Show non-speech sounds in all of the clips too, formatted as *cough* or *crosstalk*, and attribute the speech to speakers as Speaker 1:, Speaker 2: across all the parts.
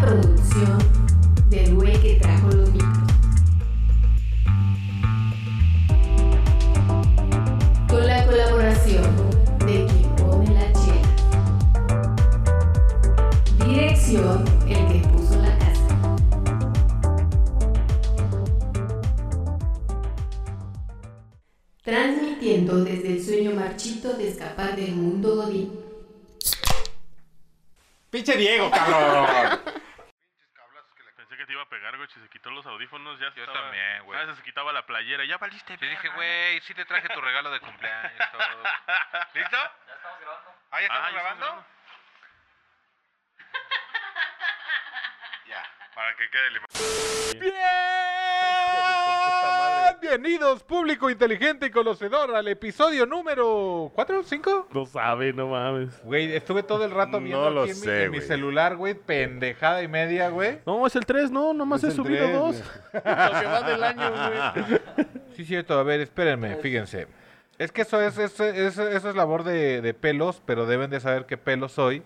Speaker 1: canción del güey que trajo los micros. Con la colaboración de quien pone la chela. Dirección el que puso la casa. Transmitiendo desde el sueño marchito de escapar del mundo godín.
Speaker 2: Pinche Diego, cabrón.
Speaker 3: Pensé que te iba a pegar, güey, si se quitó los audífonos, ya
Speaker 4: Yo
Speaker 3: estaba-
Speaker 4: también, güey.
Speaker 3: Ah, se quitaba la playera, ya valiste.
Speaker 4: Yo dije, güey, sí te traje tu regalo de
Speaker 3: *laughs*
Speaker 4: cumpleaños. Todo. ¿Listo? Ya estamos grabando. ¿Ah,
Speaker 3: Ah,
Speaker 4: ya estamos
Speaker 3: ya estamos
Speaker 4: grabando?
Speaker 3: grabando.
Speaker 4: *laughs* ya, para que quede limón.
Speaker 2: Bienvenidos, público inteligente y conocedor, al episodio número 4 5.
Speaker 3: No sabe, no mames.
Speaker 2: Güey, estuve todo el rato
Speaker 4: No
Speaker 2: viendo
Speaker 4: lo
Speaker 2: aquí en, mi-
Speaker 4: sé,
Speaker 2: en mi,
Speaker 4: güey.
Speaker 2: celular, güey, pendejada y media, güey.
Speaker 3: No, es el 3, no, nomás
Speaker 2: Es
Speaker 3: he
Speaker 2: el
Speaker 3: subido
Speaker 2: tres,
Speaker 3: dos. Lo que va del año, güey.
Speaker 2: Sí, cierto, a ver, espérenme, fíjense. Es que eso es, eso es, eso es labor de, de pelos, pero deben de saber que pelos hoy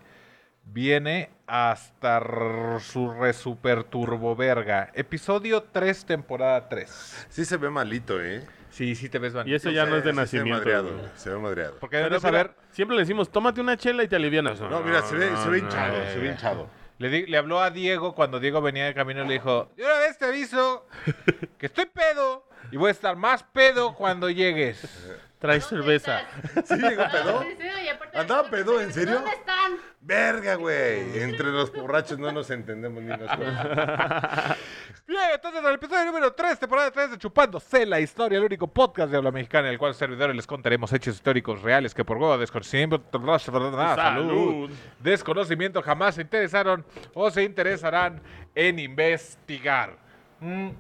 Speaker 2: viene hasta r- su re super turbo verga. Episodio 3, temporada 3.
Speaker 5: Sí se ve malito, ¿eh?
Speaker 2: Sí, sí te ves, Van.
Speaker 3: Y eso
Speaker 5: O
Speaker 3: ya
Speaker 5: sea,
Speaker 3: no es de
Speaker 5: sí
Speaker 3: nacimiento.
Speaker 5: Se ve
Speaker 3: güey.
Speaker 5: madreado, se ve madreado.
Speaker 2: Porque deben
Speaker 3: Pero
Speaker 2: de saber...
Speaker 3: mira, siempre le decimos, tómate una chela y te alivianas.
Speaker 5: No, mira, se ve, se ve
Speaker 3: no,
Speaker 5: hinchado,
Speaker 3: no,
Speaker 5: se ve
Speaker 3: no.
Speaker 5: hinchado.
Speaker 2: Le, di- le habló a Diego cuando Diego venía de camino y le dijo, de una vez te aviso que estoy pedo y voy a estar más pedo cuando *laughs* llegues.
Speaker 3: Traes cerveza.
Speaker 5: ¿Sí llegó pedo? ¿Andaba
Speaker 1: ¿Andaba
Speaker 5: pedo, en serio?
Speaker 1: ¿Dónde están?
Speaker 5: Verga, güey. Entre los borrachos no nos entendemos ni nos
Speaker 2: Bien, entonces al episodio número 3, temporada 3 de Chupándose la Historia, el único podcast de habla mexicana en el cual servidores les contaremos hechos históricos reales que por goda desconocimiento, salud,
Speaker 3: Salud.
Speaker 2: desconocimiento jamás se interesaron o se interesarán en investigar. Mm,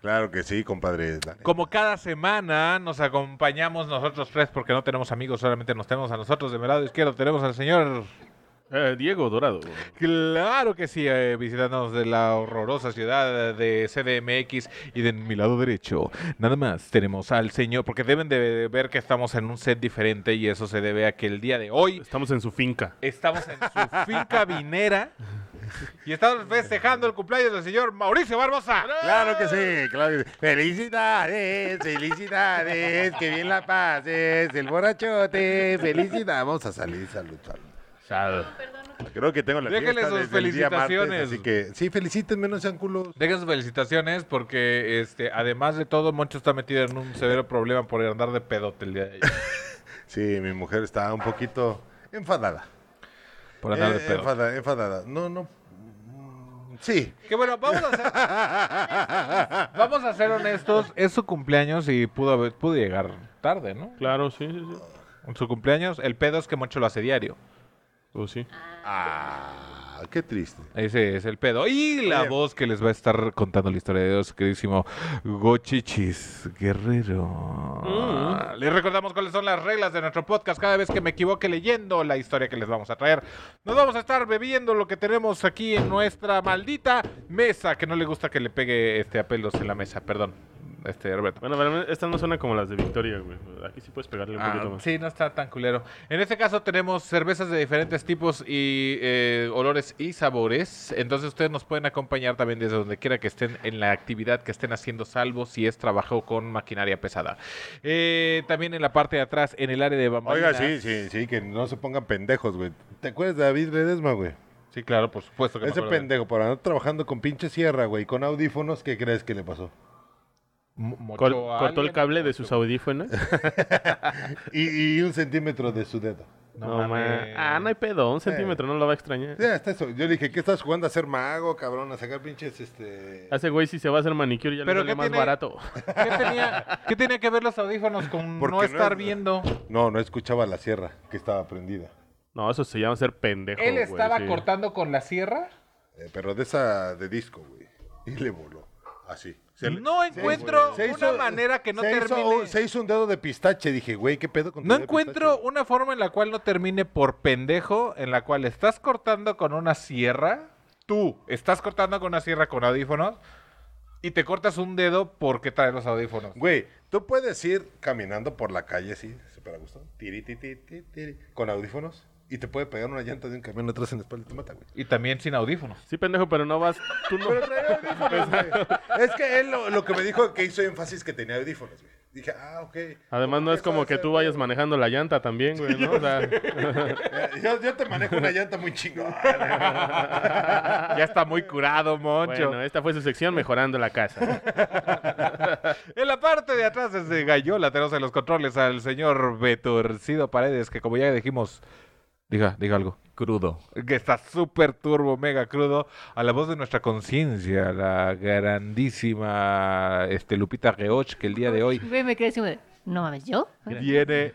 Speaker 5: Claro que sí, compadre. Dale.
Speaker 2: Como cada semana nos acompañamos nosotros tres porque no tenemos amigos, solamente nos tenemos a nosotros. De mi lado izquierdo tenemos al señor.
Speaker 3: Eh, Diego Dorado.
Speaker 2: Claro que sí, eh, visitándonos de la horrorosa ciudad de CDMX y de mi lado derecho. Nada más tenemos al señor, porque deben de ver que estamos en un set diferente y eso se debe a que el día de hoy
Speaker 3: Estamos en su finca.
Speaker 2: estamos en
Speaker 5: *laughs*
Speaker 2: su finca vinera y estamos festejando el cumpleaños del señor Mauricio Barbosa.
Speaker 5: Claro que sí, claro que sí. Felicidades, felicidades, que bien la pases, el borrachote, felicidades. Vamos a salir, salud, salud.
Speaker 3: Salud.
Speaker 5: Creo que tengo la
Speaker 2: Déjenle
Speaker 5: fiesta
Speaker 2: sus
Speaker 5: desde el día martes,
Speaker 2: felicitaciones.
Speaker 5: así que sí, felicítenme, no sean culos.
Speaker 2: Dejen sus felicitaciones porque, este, además de todo, Moncho está metido en un severo problema por andar de pedote el día de ayer.
Speaker 5: Sí, mi mujer está un poquito enfadada.
Speaker 2: Por andar de
Speaker 5: Eh,
Speaker 2: pedote.
Speaker 5: enfadada, enfadada. No, no. mm,
Speaker 2: *laughs*
Speaker 5: Sí, Ah,
Speaker 2: Que bueno, vamos a ser, vamos a ser honestos, es su cumpleaños y pudo, haber- pudo llegar tarde, ¿no?
Speaker 3: Claro, sí, sí, sí.
Speaker 2: En su cumpleaños, el pedo es que Moncho lo hace diario.
Speaker 3: Pues sí.
Speaker 5: Ah, qué triste.
Speaker 2: Ese es el pedo. Y la
Speaker 5: Oye.
Speaker 2: voz que les va a estar contando la historia de Dios, queridísimo Gochichis Guerrero. Les recordamos cuáles son las reglas de nuestro podcast. Cada vez que me equivoque leyendo la historia que les vamos a traer, nos vamos a estar bebiendo lo que tenemos aquí en nuestra maldita mesa. Que no le gusta que le pegue este a pelos en la mesa, perdón. Este, Roberto.
Speaker 3: Bueno, pero estas no suena como las de Victoria, güey. Aquí sí puedes pegarle un
Speaker 2: Ah,
Speaker 3: poquito más.
Speaker 2: sí, no está tan culero. En este caso tenemos cervezas de diferentes tipos y eh, olores y sabores. Entonces ustedes nos pueden acompañar también desde donde quiera que estén en la actividad que estén haciendo, salvo si es trabajo con maquinaria pesada. Eh, también en la parte de atrás, en el área de
Speaker 5: Oiga,
Speaker 2: bambalinas.
Speaker 5: sí, sí, sí, que no se pongan pendejos, güey. ¿Te acuerdas de David Ledesma, güey?
Speaker 2: Sí, claro, por supuesto que me
Speaker 5: Ese
Speaker 2: acuerdo de-
Speaker 5: pendejo, por andar trabajando con pinche sierra, güey, con audífonos, ¿qué crees que le pasó?
Speaker 2: Mo- mochó
Speaker 3: Col-
Speaker 2: a
Speaker 3: cortó el
Speaker 2: alguien.
Speaker 3: cable de sus audífonos.
Speaker 5: Y, y un centímetro de su dedo.
Speaker 3: No,
Speaker 2: mames.
Speaker 3: man. Ah, no hay pedo. Un centímetro no lo va a extrañar.
Speaker 5: Ya, hasta eso. Yo le dije, ¿qué estás jugando a ser mago, cabrón? A sacar pinches, este...
Speaker 3: Hace güey si se va a hacer manicure ya
Speaker 2: ¿Pero
Speaker 3: le sale
Speaker 2: qué
Speaker 3: más
Speaker 2: tiene? *laughs*
Speaker 3: barato.
Speaker 2: ¿Qué tenía, qué tenía que ver los audífonos con
Speaker 5: Porque
Speaker 2: no
Speaker 5: no
Speaker 2: estar
Speaker 5: es-
Speaker 2: viendo?
Speaker 5: No, no escuchaba la sierra, que estaba prendida.
Speaker 3: No, eso se llama ser pendejo.
Speaker 2: ¿Él
Speaker 3: güey,
Speaker 2: estaba
Speaker 3: sí.
Speaker 2: cortando con la sierra?
Speaker 5: Eh, pero de esa de disco, güey. Y le voló. Así. Se le-
Speaker 2: No encuentro
Speaker 5: Se
Speaker 2: una
Speaker 5: hizo-
Speaker 2: manera que no
Speaker 5: se hizo
Speaker 2: termine.
Speaker 5: un- se hizo un dedo de pistache. Dije, güey, ¿qué pedo con tu
Speaker 2: No
Speaker 5: dedo de
Speaker 2: encuentro
Speaker 5: pistache?
Speaker 2: una forma en la cual no termine por pendejo, en la cual estás cortando con una sierra, tú estás cortando con una sierra con audífonos y te cortas un dedo porque traes los audífonos.
Speaker 5: Güey, tú puedes ir caminando por la calle así, súper a gusto, tiri, ti, ti, ti, tiri, con audífonos y te puede pegar una llanta de un camión atrás en la espalda y te mata, güey.
Speaker 2: Y también sin audífonos.
Speaker 6: Sí, pendejo, pero no vas. Tú no.
Speaker 5: Pero traía audífonos, Pues, güey. Es que él lo, lo que me dijo que hizo énfasis que tenía audífonos, güey. Dije, ah, ok.
Speaker 6: Además, no es
Speaker 5: Eso
Speaker 6: como
Speaker 5: hace-
Speaker 6: que tú vayas manejando la llanta también, güey, ¿no? O sea,
Speaker 5: Eh, Yo, yo te manejo una llanta muy chingona.
Speaker 2: *laughs* *laughs* Ya está muy curado, Moncho.
Speaker 6: bueno, esta fue su sección mejorando la casa.
Speaker 2: En la parte de atrás desde Gallola tenemos en los controles al señor Betorcido Paredes, que como ya dijimos, diga, diga algo.
Speaker 7: Crudo.
Speaker 2: Que está súper turbo, mega crudo. A la voz de nuestra conciencia, la grandísima este, Lupita Geoch, que el día de hoy
Speaker 8: Güey, me quedé así como de, No mames, ¿yo?
Speaker 2: viene,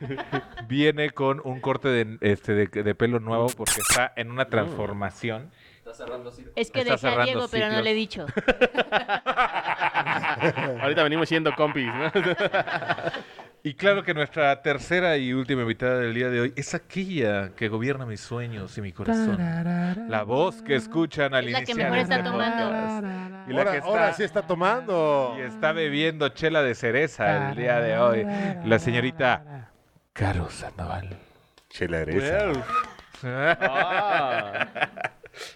Speaker 2: viene con un corte de, este, de, de pelo nuevo porque está en una transformación.
Speaker 8: Es
Speaker 2: Está
Speaker 8: que dejé a
Speaker 2: cerrando
Speaker 8: Diego, pero no
Speaker 2: ciclos.
Speaker 8: le he dicho.
Speaker 6: Ahorita venimos siendo compis, ¿no?
Speaker 2: Y claro que nuestra tercera y última invitada del día de hoy es aquella que gobierna mis sueños y mi corazón. La voz que escuchan al
Speaker 8: Es la que
Speaker 2: iniciar
Speaker 8: mejor
Speaker 2: este
Speaker 8: está tomando.
Speaker 2: podcast. Y la
Speaker 5: ahora,
Speaker 2: que está,
Speaker 5: ahora sí está tomando.
Speaker 2: y está bebiendo chela de cereza el día de hoy. La señorita Caro Sandoval.
Speaker 5: Chela
Speaker 2: *laughs*
Speaker 6: *laughs* Ah.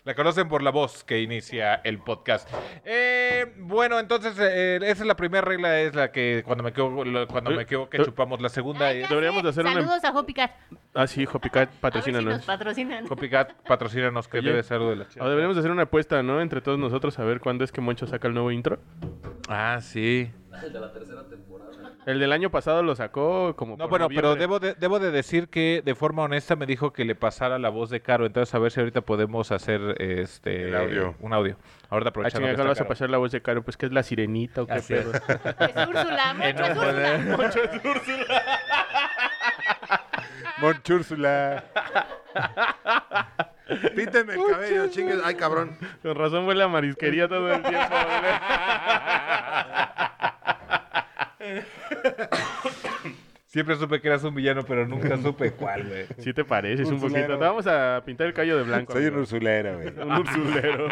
Speaker 2: La conocen por la voz que inicia el podcast. Eh, bueno, entonces eh, esa es la primera regla, es la que cuando me equivoco, lo- cuando me equivoco chupamos. La
Speaker 8: Ah,
Speaker 2: segunda
Speaker 6: *laughs*
Speaker 2: es
Speaker 6: Deberíamos de hacer una-
Speaker 8: Saludos a Hopicat.
Speaker 6: Ah, sí, Jopicat,
Speaker 8: A ver si nos
Speaker 6: patrocínanos. *laughs*
Speaker 8: patrocinan.
Speaker 2: Copycat, patrocínanos que
Speaker 6: Oye.
Speaker 2: debe ser de la
Speaker 6: O
Speaker 2: chela.
Speaker 6: deberíamos de hacer una apuesta, ¿no? Entre todos nosotros a ver cuándo es que Moncho saca el nuevo intro.
Speaker 2: Ah, sí.
Speaker 6: El del año pasado lo sacó como
Speaker 2: No,
Speaker 6: por
Speaker 2: bueno, pero
Speaker 6: noviembre.
Speaker 2: debo de, debo de decir que de forma honesta me dijo que le pasara la voz de Caro, entonces a ver si ahorita podemos hacer este
Speaker 5: El audio.
Speaker 2: un audio. Ahorita
Speaker 6: Ah,
Speaker 2: aprovechando
Speaker 6: chinga,
Speaker 2: que
Speaker 6: ¿cuál vas
Speaker 2: está
Speaker 6: a
Speaker 2: Caro.
Speaker 6: pasar la voz de Caro? Pues que es la sirenita o qué
Speaker 2: Así
Speaker 6: pedo. *laughs*
Speaker 2: es.
Speaker 8: Es Úrsula, mucho es Úrsula.
Speaker 6: *laughs*
Speaker 5: Monchúrsula. Pínteme el cabello, chingues. Ay, cabrón.
Speaker 6: Con razón fue la marisquería todo el tiempo. güey.
Speaker 2: *laughs* *laughs* Siempre supe que eras un villano, pero nunca supe cuál, güey.
Speaker 6: Sí te pareces un
Speaker 5: Ursulero.
Speaker 6: poquito. Te vamos a pintar el cabello de blanco.
Speaker 5: Soy un
Speaker 6: amigo.
Speaker 5: ursulero, güey.
Speaker 6: Un ursulero.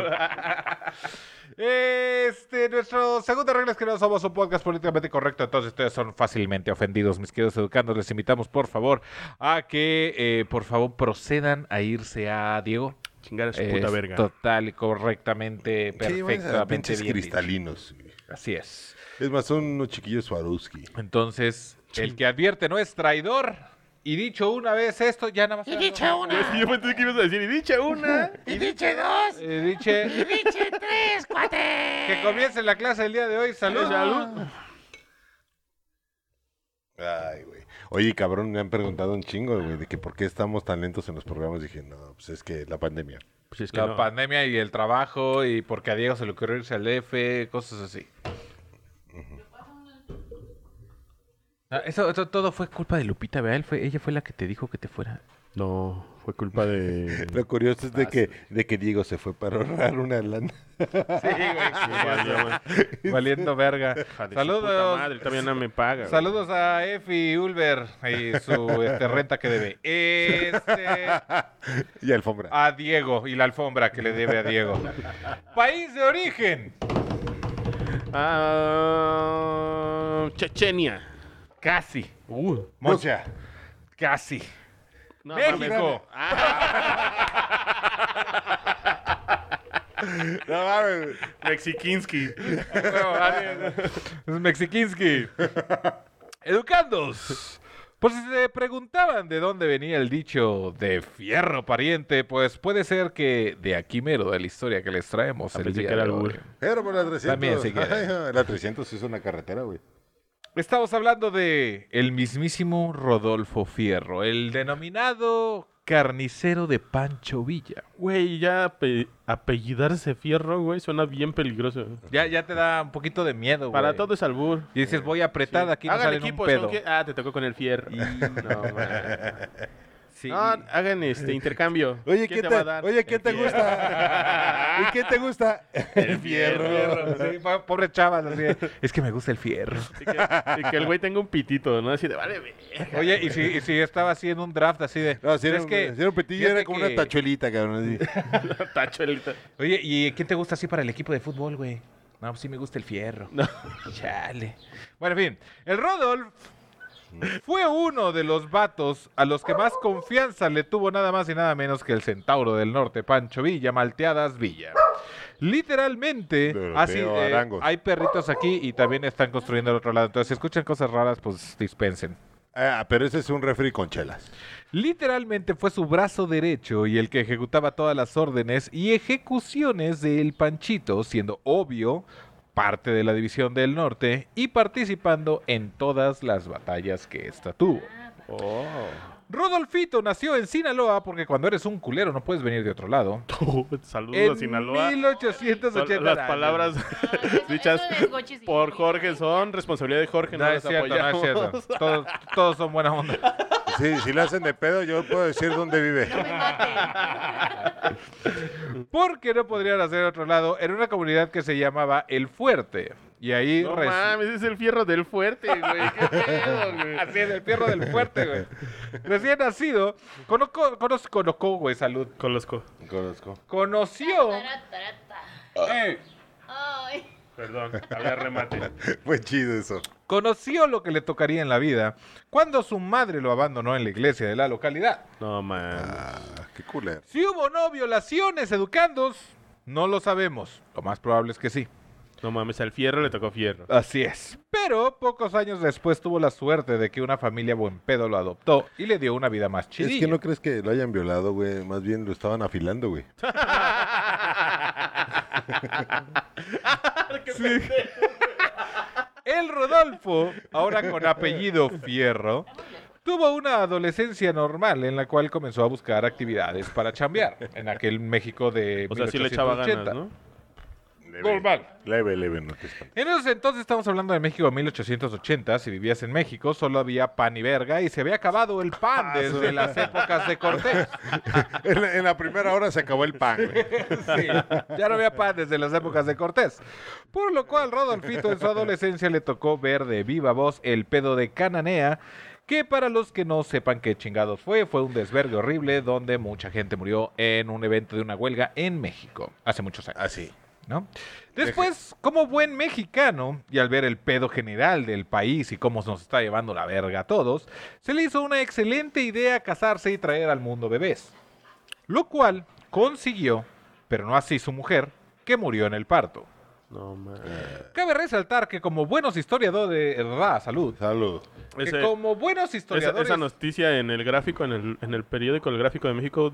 Speaker 2: Este, nuestro segunda regla es que no somos un podcast políticamente correcto, entonces ustedes son fácilmente ofendidos, mis queridos educandos. Les invitamos, por favor, a que, eh, por favor, procedan a irse a Diego.
Speaker 6: *laughs* Chingar a su
Speaker 2: Es
Speaker 6: puta verga.
Speaker 2: Total, y correctamente,
Speaker 5: Sí, bueno, esas
Speaker 2: perfectamente
Speaker 5: pinches
Speaker 2: bien dicho.
Speaker 5: cristalinos. güey.
Speaker 2: Así es.
Speaker 5: Es más, son unos chiquillos Swarovski.
Speaker 2: Entonces, el que advierte no es traidor. Y dicho una vez esto, ya nada más.
Speaker 8: Y dicha una,
Speaker 6: *laughs* Yo, yo pensé que ibas a decir, y dicha *laughs* una.
Speaker 2: Eh, diche- Que comience la clase del día de hoy. Salud.
Speaker 6: Salud.
Speaker 5: Ay, güey. Oye, cabrón, me han preguntado un chingo, güey, de que por qué estamos tan lentos en los programas. Dije, no, pues es que la pandemia.
Speaker 6: Pues es que
Speaker 2: La
Speaker 6: no.
Speaker 2: pandemia y el trabajo, y porque a Diego se le ocurrió irse al F, cosas así. Ah, Eso, eso todo fue culpa de Lupita, ¿verdad? Él fue- ella fue la que te dijo que te fuera.
Speaker 6: No, fue culpa de. *laughs*
Speaker 5: Lo curioso es de que, de que Diego se fue para ahorrar una lana. *laughs*
Speaker 2: Sí, güey. *laughs* Valiendo verga.
Speaker 6: Puta
Speaker 2: Saludos.
Speaker 6: madre, todavía no me paga. güey.
Speaker 2: Saludos a Efi Ulver y su este, renta que debe. Este,
Speaker 5: y alfombra.
Speaker 2: a Diego y la alfombra que le debe a Diego. País de origen.
Speaker 6: Ah, Chechenia.
Speaker 2: Casi,
Speaker 6: Uh,
Speaker 5: Rusia.
Speaker 2: casi.
Speaker 6: no,
Speaker 2: México.
Speaker 5: No mames. güey.
Speaker 6: Mexikinski.
Speaker 2: Es Mexikinski. Educandos. Por si se preguntaban de dónde venía el dicho de fierro pariente, pues puede ser que de aquí mero, de la historia que les traemos el
Speaker 6: Ah, pensé
Speaker 2: día
Speaker 6: que era
Speaker 2: de
Speaker 6: albur.
Speaker 2: hoy.
Speaker 5: Pero por la 300.
Speaker 2: También, si quieres.
Speaker 5: Ay, no, la 300 es una carretera, güey.
Speaker 2: Estamos hablando de el mismísimo Rodolfo Fierro, el denominado carnicero de Pancho Villa.
Speaker 6: Güey, ya ape- apellidarse fierro, güey, suena bien peligroso.
Speaker 2: Ya, ya te da un poquito de miedo,
Speaker 6: Para
Speaker 2: güey.
Speaker 6: todo es albur.
Speaker 2: Y dices, voy a apretar, aquí no
Speaker 6: Hagan
Speaker 2: salen
Speaker 6: equipo,
Speaker 2: un pedo.
Speaker 6: son que- Ah, te tocó con el fierro.
Speaker 2: *laughs*
Speaker 6: No, man.
Speaker 2: Sí.
Speaker 6: No, hagan este intercambio.
Speaker 5: Oye, ¿qué
Speaker 6: ¿Quién te
Speaker 5: te,
Speaker 6: va a dar?
Speaker 5: oye, ¿qué
Speaker 6: El
Speaker 5: te
Speaker 6: fierro.
Speaker 5: gusta?
Speaker 6: *laughs*
Speaker 2: *laughs*
Speaker 5: ¿Y qué te gusta? *laughs* El
Speaker 2: Fierro, sí, po- pobre chaval, así de, *laughs* Es que me gusta el fierro.
Speaker 6: Y que, y que el güey tenga un pitito, ¿no? Así de, vale, verga. *laughs*
Speaker 2: Oye, y si, y si estaba así en un draft así de.
Speaker 5: No, si era,
Speaker 2: "Es
Speaker 5: un-
Speaker 2: que-
Speaker 5: si era un petillo,
Speaker 2: fíjate
Speaker 5: era como
Speaker 2: que-
Speaker 5: una tachuelita, cabrón. así. *laughs*
Speaker 6: Tacho el- Te
Speaker 2: Oye, ¿y quién te gusta así para el equipo de fútbol, güey? *laughs* No, pues sí me gusta el fierro. Chale. Bueno, en fin. El Rodolf Fue uno de los vatos a los que más confianza le tuvo nada más y nada menos que el centauro del norte, Pancho Villa, Malteadas Villa. Literalmente,
Speaker 5: Pero
Speaker 2: así
Speaker 5: veo
Speaker 2: eh,
Speaker 5: arangos.
Speaker 2: hay perritos aquí y también están construyendo al otro lado. Entonces, si escuchan cosas raras, pues dispensen.
Speaker 5: Ah, pero ese es un refri con chelas.
Speaker 2: Literalmente fue su brazo derecho y el que ejecutaba todas las órdenes y ejecuciones de El Panchito, siendo obvio parte de la División del Norte y participando en todas las batallas que esta tuvo. Oh. Rodolfito nació en Sinaloa porque cuando eres un culero no puedes venir de otro lado.
Speaker 6: Oh, Saludos a
Speaker 2: En
Speaker 6: Sinaloa. Son
Speaker 2: 1880.
Speaker 6: Las palabras *laughs* *laughs* dichas
Speaker 8: eso es gochis y-
Speaker 6: por Jorge son responsabilidad de Jorge, no,
Speaker 2: No es
Speaker 6: las
Speaker 2: cierto, no es
Speaker 6: apoyamos.
Speaker 2: cierto. Todos, todos son buena onda.
Speaker 5: Sí, si lo hacen de pedo, yo puedo decir dónde vive.
Speaker 8: No me maten.
Speaker 2: Porque no podrían hacer otro lado en una comunidad que se llamaba El Fuerte. Y ahí
Speaker 6: No
Speaker 2: res-
Speaker 6: mames, es el fierro del fuerte, güey. *laughs* Qué pedo, güey.
Speaker 2: Así es, el fierro del fuerte, güey. Recién nacido, conozco, conozco, conozco, güey, salud.
Speaker 6: Conozco.
Speaker 5: *laughs* Conozco.
Speaker 2: Conoció.
Speaker 8: Taratarata.
Speaker 2: eh,
Speaker 8: Ay. *laughs*
Speaker 6: Perdón, había remate.
Speaker 5: Fue chido eso.
Speaker 2: conoció lo que le tocaría en la vida cuando su madre lo abandonó en la iglesia de la localidad.
Speaker 6: No mames.
Speaker 5: Ah, qué culero.
Speaker 2: Si hubo o no violaciones educandos, no lo sabemos. Lo más probable es que sí.
Speaker 6: No mames, al fierro le tocó *laughs* fierro.
Speaker 2: Así es. Pero pocos años después tuvo la suerte de que una familia buen pedo lo adoptó y le dio una vida más chida.
Speaker 5: Es que no crees que lo hayan violado, güey. Más bien lo estaban afilando, güey.
Speaker 2: El Rodolfo, ahora con apellido Fierro, tuvo una adolescencia normal en la cual comenzó a buscar actividades para chambear en aquel México de
Speaker 6: O sea, sí le echaba ganas, ¿no?
Speaker 2: Normal.
Speaker 5: Leve, leve, no te espantes.
Speaker 2: En esos entonces estamos hablando de México 1880, si vivías en México solo había pan y verga y se había acabado el
Speaker 6: Ah,
Speaker 2: pan desde las épocas de Cortés.
Speaker 5: En la, en la primera hora se acabó el pan, güey.
Speaker 2: Sí, ya no había pan desde las épocas de Cortés. Por lo cual, Rodolfito en su adolescencia le tocó ver de viva voz el pedo de Cananea, que para los que no sepan qué chingados fue, fue un desvergue horrible donde mucha gente murió en un evento de una huelga en México, hace muchos años.
Speaker 5: Así.
Speaker 2: ¿no? Después, como buen mexicano, y al ver el pedo general del país y cómo nos está llevando la verga a todos, se le hizo una excelente idea casarse y traer al mundo bebés. Lo cual consiguió, pero no así su mujer, que murió en el parto.
Speaker 6: No mames.
Speaker 2: Cabe resaltar que como buenos historiadores, ah, salud,
Speaker 5: Salud. *laughs*
Speaker 2: que
Speaker 6: Ese-
Speaker 2: como buenos
Speaker 6: Esa,
Speaker 2: historiadores,
Speaker 6: esa noticia en el gráfico, en el, en el periódico El Gráfico de México,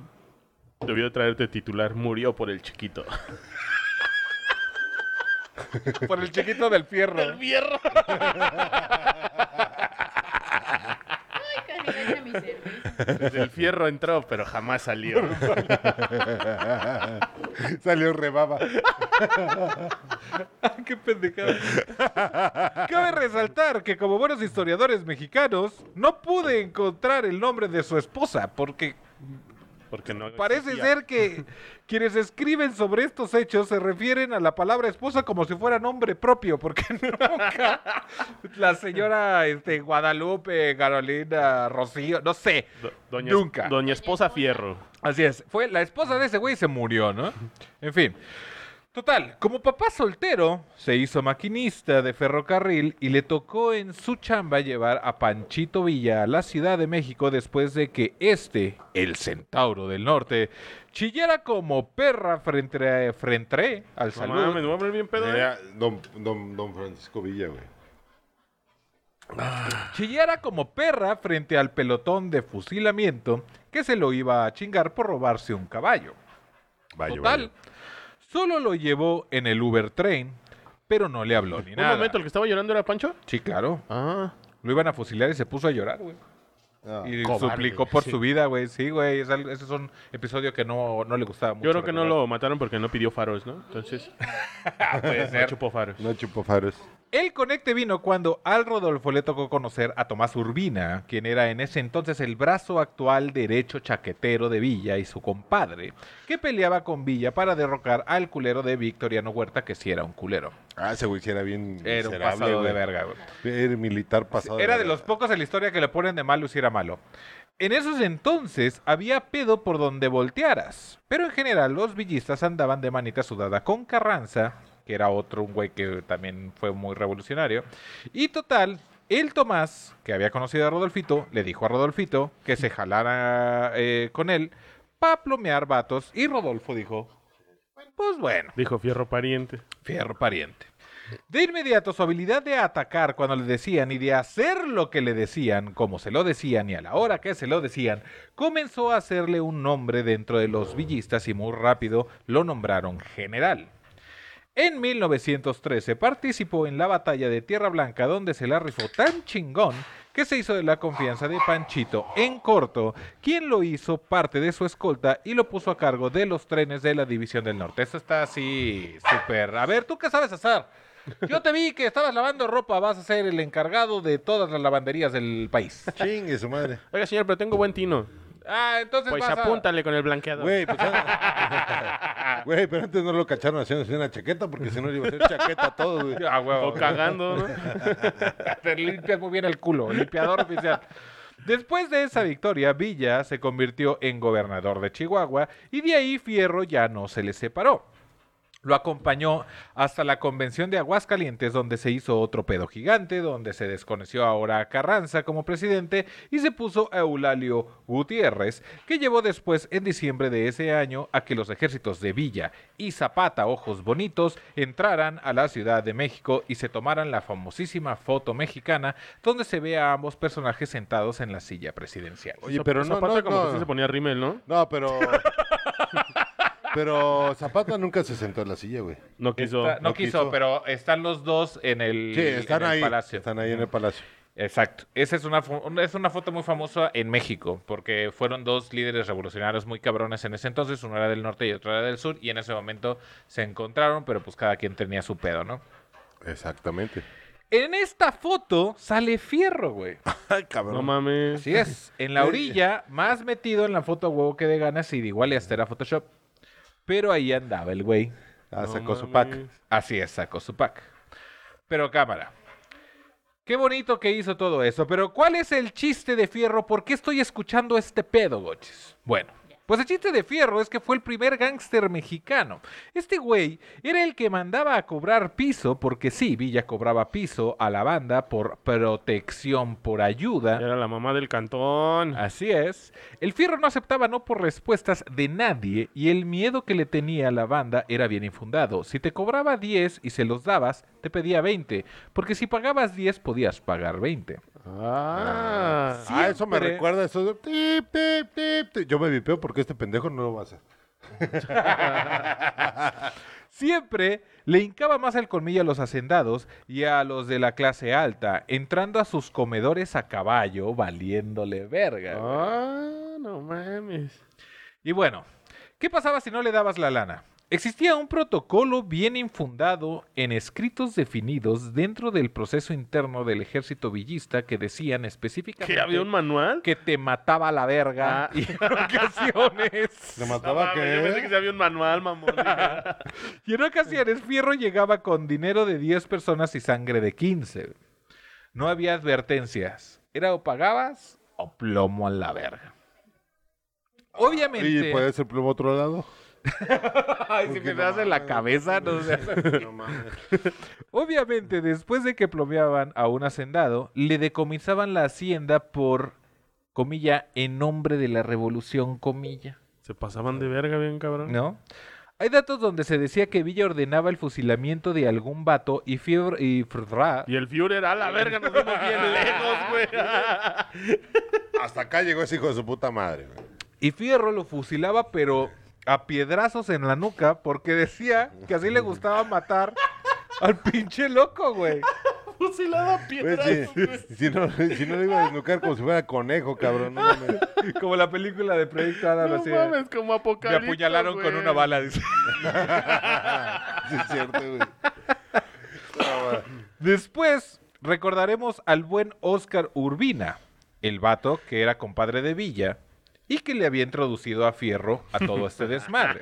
Speaker 6: debió de traerte titular, murió por el chiquito.
Speaker 2: por el chiquito del fierro.
Speaker 6: *laughs*
Speaker 8: Ay, cariño, mi servicio.
Speaker 6: Desde *laughs* el fierro entró, pero jamás salió.
Speaker 5: Salió rebaba.
Speaker 2: ¡Qué pendejada! Cabe resaltar que como buenos historiadores mexicanos, no pude encontrar el nombre de su esposa, porque
Speaker 6: *laughs* Porque no
Speaker 2: parece
Speaker 6: existía.
Speaker 2: ser que quienes escriben sobre estos hechos se refieren a la palabra esposa como si fuera nombre propio, porque *laughs* nunca la señora este, Guadalupe, Carolina, Rocío, no sé.
Speaker 6: Do- doña,
Speaker 2: Nunca.
Speaker 6: Doña esposa fierro.
Speaker 2: Así es, fue la esposa de ese güey se murió, ¿no? En fin. Total, como papá soltero, se hizo maquinista de ferrocarril y le tocó en su chamba llevar a Panchito Villa a la Ciudad de México después de que este, el centauro del norte, chillara como perra frente, a- frente al
Speaker 6: No
Speaker 2: saludo.
Speaker 6: mames, me voy a poner bien pedo. ¿eh?
Speaker 5: Era don, don, don Francisco Villa, güey.
Speaker 2: Chillara como perra frente al pelotón de fusilamiento que se lo iba a chingar por robarse un caballo.
Speaker 5: Vaya,
Speaker 2: Total, solo lo llevó en el Uber Train, pero no le habló ni
Speaker 6: Un
Speaker 2: nada.
Speaker 6: momento, el que estaba llorando era Pancho.
Speaker 2: Sí, claro.
Speaker 6: Ah,
Speaker 2: Lo iban a fusilar y se puso a llorar, güey.
Speaker 5: vaya. Ah.
Speaker 2: y suplicó por su vida, güey. Sí, güey. es algo- ese es un episodio que no, no le gustaba mucho.
Speaker 6: yo creo que no
Speaker 2: recordar.
Speaker 6: lo mataron porque no pidió faros, ¿no? Entonces,
Speaker 5: *laughs*
Speaker 2: Ah, puede
Speaker 6: no
Speaker 2: ser.
Speaker 6: chupó faros.
Speaker 5: No chupó faros.
Speaker 2: El conecte vino cuando al Rodolfo le tocó conocer a Tomás Urbina, quien era en ese entonces el brazo actual derecho chaquetero de Villa y su compadre, que peleaba con Villa para derrocar al culero de Victoriano Huerta, que sí era un culero.
Speaker 5: Ah, ese güey sí era bien
Speaker 2: Era un
Speaker 5: miserable,
Speaker 2: pasado de
Speaker 5: güey.
Speaker 2: verga, güey.
Speaker 5: Era militar pasado
Speaker 2: Era de
Speaker 5: verga.
Speaker 2: los pocos en la historia que le ponen de malo si era malo. En esos entonces había pedo por donde voltearas, pero en general los villistas andaban de manita sudada con Carranza, que era otro un güey que también fue muy revolucionario, y total, El Tomás, que había conocido a Rodolfito, le dijo a Rodolfito que se jalara eh, con él para plomear vatos. Y Rodolfo dijo, pues bueno,
Speaker 6: Dijo fierro pariente.
Speaker 2: fierro pariente. De inmediato, su habilidad de atacar cuando le decían y de hacer lo que le decían, como se lo decían y a la hora que se lo decían, comenzó a hacerle un nombre dentro de los villistas y muy rápido lo nombraron general. En 1913 participó en la batalla de Tierra Blanca donde se la rifó tan chingón que se hizo de la confianza de Panchito en corto, quien lo hizo parte de su escolta y lo puso a cargo de los trenes de la División del Norte. Esto está así súper... A ver, ¿tú qué sabes hacer? Yo te vi que estabas lavando ropa, vas a ser el encargado de todas las lavanderías del país.
Speaker 5: Chingue su
Speaker 2: *laughs*
Speaker 5: madre.
Speaker 6: Oiga, señor, pero tengo buen tino.
Speaker 2: Ah, entonces
Speaker 6: Pues
Speaker 2: vas a-
Speaker 6: apúntale con el blanqueador.
Speaker 5: Güey, pues,
Speaker 2: *laughs*
Speaker 5: ah, güey, pero antes no lo cacharon haciéndose una chaqueta porque si no le iba a hacer chaqueta a todos,
Speaker 2: *laughs*
Speaker 5: güey.
Speaker 2: Ah, huevo.
Speaker 6: O cagando, ¿no?
Speaker 2: *laughs* Te limpias muy bien el culo, limpiador oficial. Después de esa victoria, Villa se convirtió en gobernador de Chihuahua y de ahí Fierro ya no se le separó. Lo acompañó hasta la convención de Aguascalientes, donde se hizo otro pedo gigante, donde se desconoció ahora a Carranza como presidente y se puso a Eulalio Gutiérrez, que llevó después, en diciembre de ese año, a que los ejércitos de Villa y Zapata Ojos Bonitos entraran a la Ciudad de México y se tomaran la famosísima foto mexicana, donde se ve a ambos personajes sentados en la silla presidencial.
Speaker 5: Oye, pero no,
Speaker 6: Zapata
Speaker 5: no,
Speaker 6: como que sí
Speaker 5: no.
Speaker 6: se ponía rímel, ¿no?
Speaker 5: No, pero. Pero Zapata nunca se sentó en la silla, güey.
Speaker 6: No quiso.
Speaker 2: Está- no
Speaker 5: no
Speaker 2: quiso,
Speaker 5: quiso.
Speaker 2: pero están los dos en el,
Speaker 5: Sí, están
Speaker 2: en el
Speaker 5: ahí.
Speaker 2: palacio.
Speaker 5: Están ahí en el palacio.
Speaker 2: Exacto. Esa es una, fo- una- es una foto muy famosa en México, porque fueron dos líderes revolucionarios muy cabrones en ese entonces, uno era del norte y otro era del sur, y en ese momento se encontraron, pero pues cada quien tenía su pedo, ¿no?
Speaker 5: Exactamente.
Speaker 2: En esta foto sale Fierro, güey.
Speaker 5: Ay, cabrón.
Speaker 6: No mames.
Speaker 2: Así es, en la orilla, más metido en la foto a huevo que de ganas, y de igual y hasta era Photoshop. Pero ahí andaba el güey.
Speaker 5: Ah,
Speaker 6: No
Speaker 5: sacó su pack.
Speaker 6: mames.
Speaker 2: Así es, sacó su pack. Pero cámara. Qué bonito que hizo todo eso. Pero ¿cuál es el chiste de Fierro? ¿Por qué estoy escuchando este pedo, Gochis? Bueno. Pues el chiste de Fierro es que fue el primer gángster mexicano. Este güey era el que mandaba a cobrar piso, porque sí, Villa cobraba piso a la banda por protección, por ayuda.
Speaker 6: Era la mamá del cantón.
Speaker 5: Ah.
Speaker 2: Así es. El fierro no aceptaba no por respuestas de nadie y el miedo que le tenía a la banda era bien infundado. Si te cobraba 10 y se los dabas, te pedía 20, porque si pagabas 10 podías pagar 20.
Speaker 6: Ah.
Speaker 5: Ah, eso me
Speaker 2: Siempre.
Speaker 5: recuerda a eso de tip, tip, tip, tip. Yo me vipeo porque este pendejo no lo va a hacer.
Speaker 2: Siempre le hincaba más el colmillo a los hacendados y a los de la clase alta, entrando a sus comedores a caballo, valiéndole verga. güey.
Speaker 6: Ah, no mames.
Speaker 2: Y bueno, ¿qué pasaba si no le dabas la lana? Existía un protocolo bien infundado en escritos definidos dentro del proceso interno del ejército villista que decían
Speaker 6: ¿Que
Speaker 2: específicamente
Speaker 6: había un manual?
Speaker 2: que te mataba la verga
Speaker 6: Ah.
Speaker 2: *laughs* y en ocasiones.
Speaker 5: Le
Speaker 6: No
Speaker 5: mataba
Speaker 6: mames, Yo pensé que
Speaker 5: que.
Speaker 6: sí había un manual, mamón.
Speaker 5: *laughs*
Speaker 2: Y en ocasiones Fierro llegaba con dinero de 10 personas y sangre de 15. No había advertencias. Era o pagabas o plomo a la verga. Obviamente.
Speaker 5: Y
Speaker 6: pues,
Speaker 5: puede ser por otro lado.
Speaker 2: Ay, si me das en la cabeza, no
Speaker 6: pues,
Speaker 5: *laughs*
Speaker 2: sé. Obviamente, después de que plomeaban a un hacendado, le decomisaban la hacienda por, comilla, en nombre de la revolución, comilla.
Speaker 6: Se pasaban de verga bien, cabrón.
Speaker 2: ¿No? Hay datos donde se decía que Villa ordenaba el fusilamiento de algún vato y fiebre y frra-
Speaker 6: Y el Führer, a la verga, nos vemos bien lejos, güey.
Speaker 5: *laughs* Hasta acá llegó ese hijo de su puta madre. güey.
Speaker 2: Y Fierro lo fusilaba, pero a piedrazos en la nuca, porque decía que así le gustaba matar al pinche loco, güey.
Speaker 6: Fusilado a
Speaker 5: Güey,
Speaker 6: piedras.
Speaker 5: si, Pues *laughs* si no, si no le iba a desnucar como si fuera conejo, cabrón. No
Speaker 2: *laughs*
Speaker 5: mames.
Speaker 2: Como la película de Proyecto Adam,
Speaker 6: No
Speaker 2: así de,
Speaker 6: mames, como
Speaker 2: Me
Speaker 6: apocalipsis.
Speaker 2: apuñalaron con
Speaker 6: güey.
Speaker 2: una bala, dice.
Speaker 5: Sí, es cierto, güey.
Speaker 2: Después recordaremos al buen Oscar Urbina, el vato que era compadre de Villa y que le había introducido a Fierro a todo este desmadre.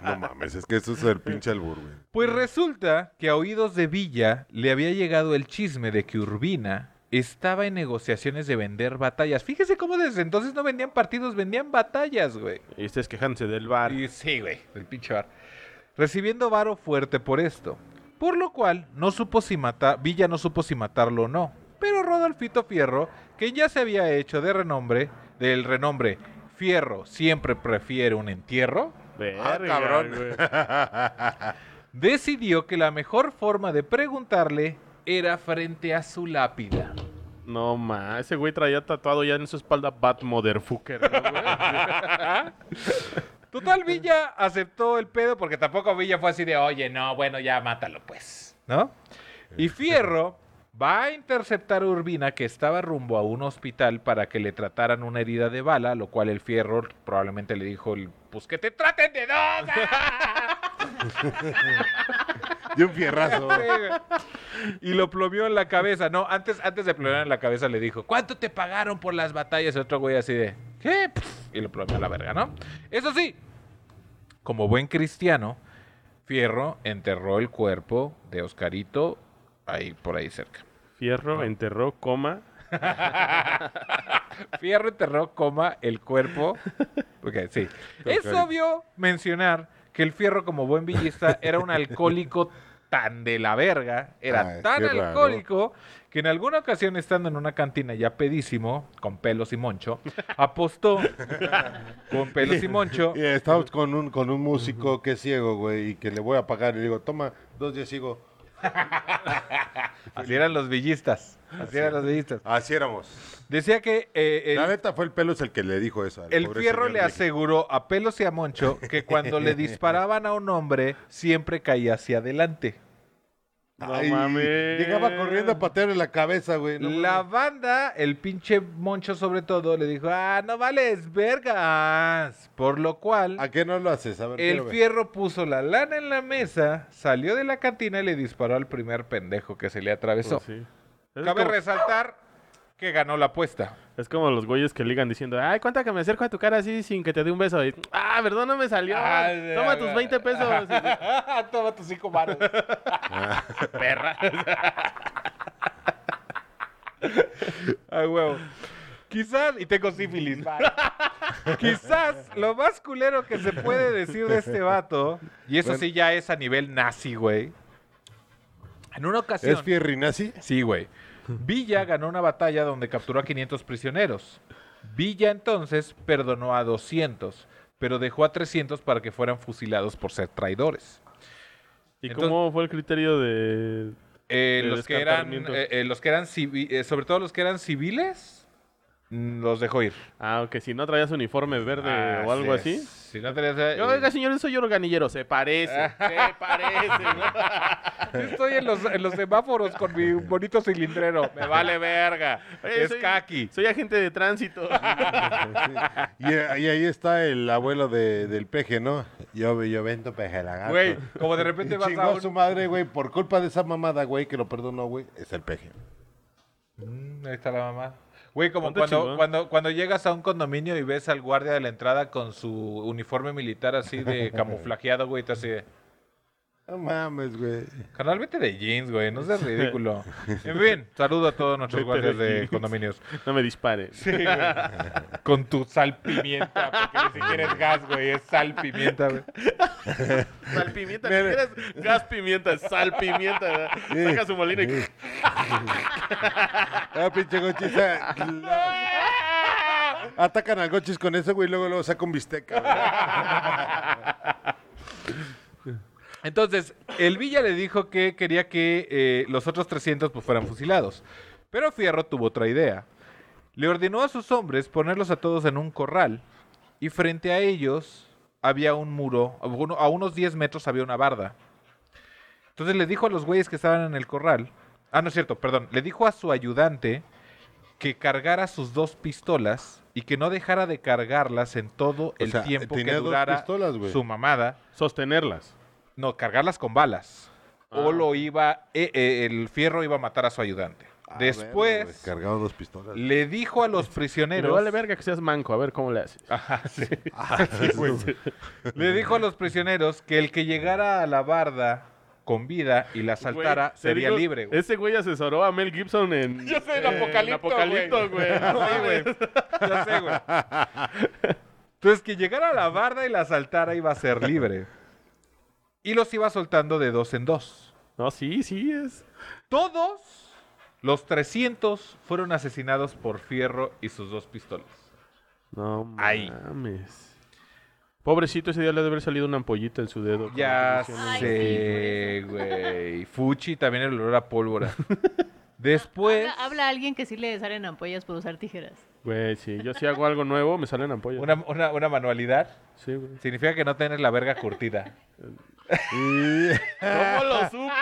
Speaker 5: No mames, es que eso es el pinche albur, güey.
Speaker 2: Pues resulta que a oídos de Villa le había llegado el chisme de que Urbina estaba en negociaciones de vender batallas. Fíjese cómo desde entonces no vendían partidos, vendían batallas, güey.
Speaker 6: Y ustedes quejándose del bar.
Speaker 2: Y sí, güey, el pinche bar. Recibiendo varo fuerte por esto. Por lo cual, no supo si matar, Villa no supo si matarlo o no. Pero Rodolfito Fierro, que ya se había hecho de renombre, del renombre Fierro siempre prefiere un entierro,
Speaker 6: Verga,
Speaker 5: cabrón.
Speaker 6: güey. *laughs*
Speaker 2: decidió que la mejor forma de preguntarle era frente a su lápida.
Speaker 6: No, ma. Ese güey traía tatuado ya en su espalda Bad Motherfucker. ¿no, güey?
Speaker 2: Total, Villa aceptó el pedo porque tampoco Villa fue así de, oye, no, bueno, ya mátalo pues, ¿no? Y Fierro va a interceptar a Urbina que estaba rumbo a un hospital para que le trataran una herida de bala, lo cual el Fierro probablemente le dijo, el, pues que te traten de dos.
Speaker 5: De un fierrazo.
Speaker 2: y lo plomeó en la cabeza. No, antes, antes de plomear en la cabeza le dijo, ¿cuánto te pagaron por las batallas? El otro güey así de, ¿qué? Pff, Y lo plomeó a la verga, ¿no? Eso sí, como buen cristiano, Fierro enterró el cuerpo de Oscarito ahí por ahí cerca.
Speaker 6: Fierro enterró, coma.
Speaker 2: Fierro enterró, coma, el cuerpo. Porque sí. Es obvio mencionar que el Fierro, como buen villista, era un alcohólico tan de la verga, era
Speaker 5: Ay,
Speaker 2: tan
Speaker 5: qué raro.
Speaker 2: alcohólico, que en alguna ocasión, estando en una cantina ya pedísimo, con pelos y moncho, apostó con pelos y *laughs* moncho.
Speaker 5: Y estamos con un, con un músico que es ciego, güey, y que le voy a pagar. Y le digo, toma, dos días ciego.
Speaker 2: Así eran los villistas. Así eran los villistas.
Speaker 5: Así éramos.
Speaker 2: Decía que eh, el-
Speaker 5: La neta fue el Pelos el que le dijo eso. al
Speaker 2: El
Speaker 5: pobre
Speaker 2: fierro
Speaker 5: señor
Speaker 2: le
Speaker 5: de-
Speaker 2: aseguró a Pelos y a Moncho que cuando *laughs* le disparaban a un hombre, siempre caía hacia adelante.
Speaker 6: No
Speaker 5: Ay,
Speaker 6: mames.
Speaker 5: Llegaba corriendo a patearle la cabeza, güey. no
Speaker 2: La
Speaker 5: mames.
Speaker 2: banda, el pinche Moncho sobre todo, le dijo, ah, no vales vergas. Por lo cual,
Speaker 5: ¿A Ah, qué no lo haces? A ver, quiero
Speaker 2: el
Speaker 5: ver.
Speaker 2: fierro puso la lana en la mesa, salió de la cantina y le disparó al primer pendejo que se le atravesó.
Speaker 6: Pues sí. Es
Speaker 2: Cabe
Speaker 6: como-
Speaker 2: resaltar que ganó la apuesta.
Speaker 6: Es como los güeyes que ligan diciendo, ay, cuenta que me acerco a tu cara así sin que te dé un beso. Y, ah, perdón, no me salió.
Speaker 2: Ah,
Speaker 6: Toma
Speaker 2: ah,
Speaker 6: tus
Speaker 2: ah,
Speaker 6: 20 pesos.
Speaker 2: *laughs* Toma tus
Speaker 6: *laughs*
Speaker 2: cinco varos. Perra. Ay, huevo. Quizás, y
Speaker 6: *laughs*
Speaker 2: tengo sífilis, vale. Quizás lo más culero que se puede decir de este vato, y eso sí ya es a nivel nazi, güey. En una ocasión.
Speaker 5: ¿Es fierrinazi?
Speaker 2: Sí, güey. Villa ganó una batalla donde capturó a 500 prisioneros. Villa entonces perdonó a 200, pero dejó a 300 para que fueran fusilados por ser traidores.
Speaker 6: ¿Y
Speaker 2: Entonces-
Speaker 6: cómo fue el criterio de...?
Speaker 2: Eh,
Speaker 6: De
Speaker 2: los, que eran,
Speaker 6: descartamiento.
Speaker 2: eh, eh, los que eran, civi- eh, sobre todo los que eran civiles, mm, los dejó ir.
Speaker 6: Ah, que si no traías uniforme verde
Speaker 2: Ah,
Speaker 6: o algo
Speaker 2: Así es.
Speaker 6: así.
Speaker 2: Si no tenías, *laughs* eh,
Speaker 6: Oiga, señor, yo soy organillero. Se parece,
Speaker 2: Ah,
Speaker 6: se parece.
Speaker 2: *laughs* yo estoy en los, en los semáforos con mi bonito cilindrero. Me vale verga.
Speaker 6: Oye,
Speaker 2: es
Speaker 6: soy-
Speaker 2: kaki.
Speaker 6: Soy agente de
Speaker 2: *laughs*
Speaker 6: tránsito.
Speaker 5: Y, y ahí está el abuelo de- del peje, ¿no? Yo, yo vendo peje lagarto.
Speaker 2: Güey, como de
Speaker 5: Y
Speaker 2: repente vas
Speaker 5: chingó
Speaker 2: a
Speaker 5: a
Speaker 2: un-
Speaker 5: su madre, güey, por culpa de esa mamada, güey, que lo perdonó, güey, es el peje.
Speaker 2: Mm, ahí está la mamá. Güey, como
Speaker 6: ¿Cuánto
Speaker 2: cuando,
Speaker 6: chingón?
Speaker 2: cuando, cuando llegas a un condominio y ves al guardia de la entrada con su uniforme militar así
Speaker 6: *laughs*
Speaker 2: de camuflajeado, güey, tú así de...
Speaker 5: No mames, güey.
Speaker 2: Canal, vete de jeans, güey, no seas ridículo. En fin, saludo a todos nuestros
Speaker 6: Vete de
Speaker 2: guardias de,
Speaker 6: jeans.
Speaker 2: condominios.
Speaker 6: no me dispares.
Speaker 2: Sí, güey. Con tu sal pimienta, porque ni siquiera es gas, güey, es sal pimienta, güey.
Speaker 6: Sal pimienta, ni siquiera es gas pimienta, es sal pimienta. ¿verdad? Saca su molino y...
Speaker 5: Ah, pinche gochisa.
Speaker 2: *laughs*
Speaker 5: Atacan al gochis con eso, güey, y luego, luego saca un bistec, cabrón.
Speaker 2: Entonces, el Villa le dijo que quería que eh, los otros 300 pues, fueran fusilados. Pero Fierro tuvo otra idea. Le ordenó a sus hombres ponerlos a todos en un corral y frente a ellos había un muro, a uno- a unos 10 metros había una barda. Entonces le dijo a los güeyes que estaban en el corral, ah, no es cierto, perdón, le dijo a su ayudante que cargara sus dos pistolas y que no dejara de cargarlas en todo el
Speaker 5: sea,
Speaker 2: tiempo que
Speaker 5: tenía dos
Speaker 2: durara
Speaker 5: pistolas, güey.
Speaker 2: su mamada.
Speaker 6: Sostenerlas.
Speaker 2: No, cargarlas con balas. O
Speaker 6: Ah.
Speaker 2: lo iba, eh, eh, el fierro iba a matar a su ayudante.
Speaker 6: Ah,
Speaker 5: Ah,
Speaker 2: Después
Speaker 5: Cargado dos pistolas.
Speaker 2: *laughs* le dijo
Speaker 6: *laughs*
Speaker 2: a los
Speaker 6: Me
Speaker 2: prisioneros,
Speaker 6: pues, vale verga que seas manco, a ver cómo le haces.
Speaker 2: Ah, le dijo a los prisioneros que el que llegara a la barda con vida y la saltara
Speaker 6: Güey,
Speaker 2: sería
Speaker 6: serio,
Speaker 2: libre. güey.
Speaker 6: Ese güey asesoró a Mel Gibson en.
Speaker 2: *laughs* Yo sé, en
Speaker 6: en
Speaker 2: Apocalipto,
Speaker 6: Eh, Apocalipto, güey. No
Speaker 2: *laughs* Sí, güey.
Speaker 6: mames.
Speaker 2: Ya sé, güey. Entonces, que llegara a la barda y la saltara iba a ser libre. Y los iba soltando de dos en dos.
Speaker 6: No, sí, sí es.
Speaker 2: Todos Los 300 fueron asesinados por Fierro y sus dos pistolas.
Speaker 6: No
Speaker 2: Ay.
Speaker 6: mames. Pobrecito, ese día le debe haber salido una ampollita en su dedo. con
Speaker 2: Ya
Speaker 6: las lesiones.
Speaker 8: Ay,
Speaker 2: sé, güey. Fuchi también el olor a pólvora.
Speaker 8: *laughs*
Speaker 2: Después,
Speaker 6: Pues-
Speaker 8: Habla, habla alguien que sí le salen ampollas por usar tijeras.
Speaker 6: Güey, sí, yo si hago algo nuevo, me salen ampollas.
Speaker 2: una, una- una manualidad
Speaker 6: Sí, güey.
Speaker 2: significa que no tienes la verga curtida.
Speaker 6: ¿Cómo
Speaker 2: *laughs*
Speaker 6: lo supo?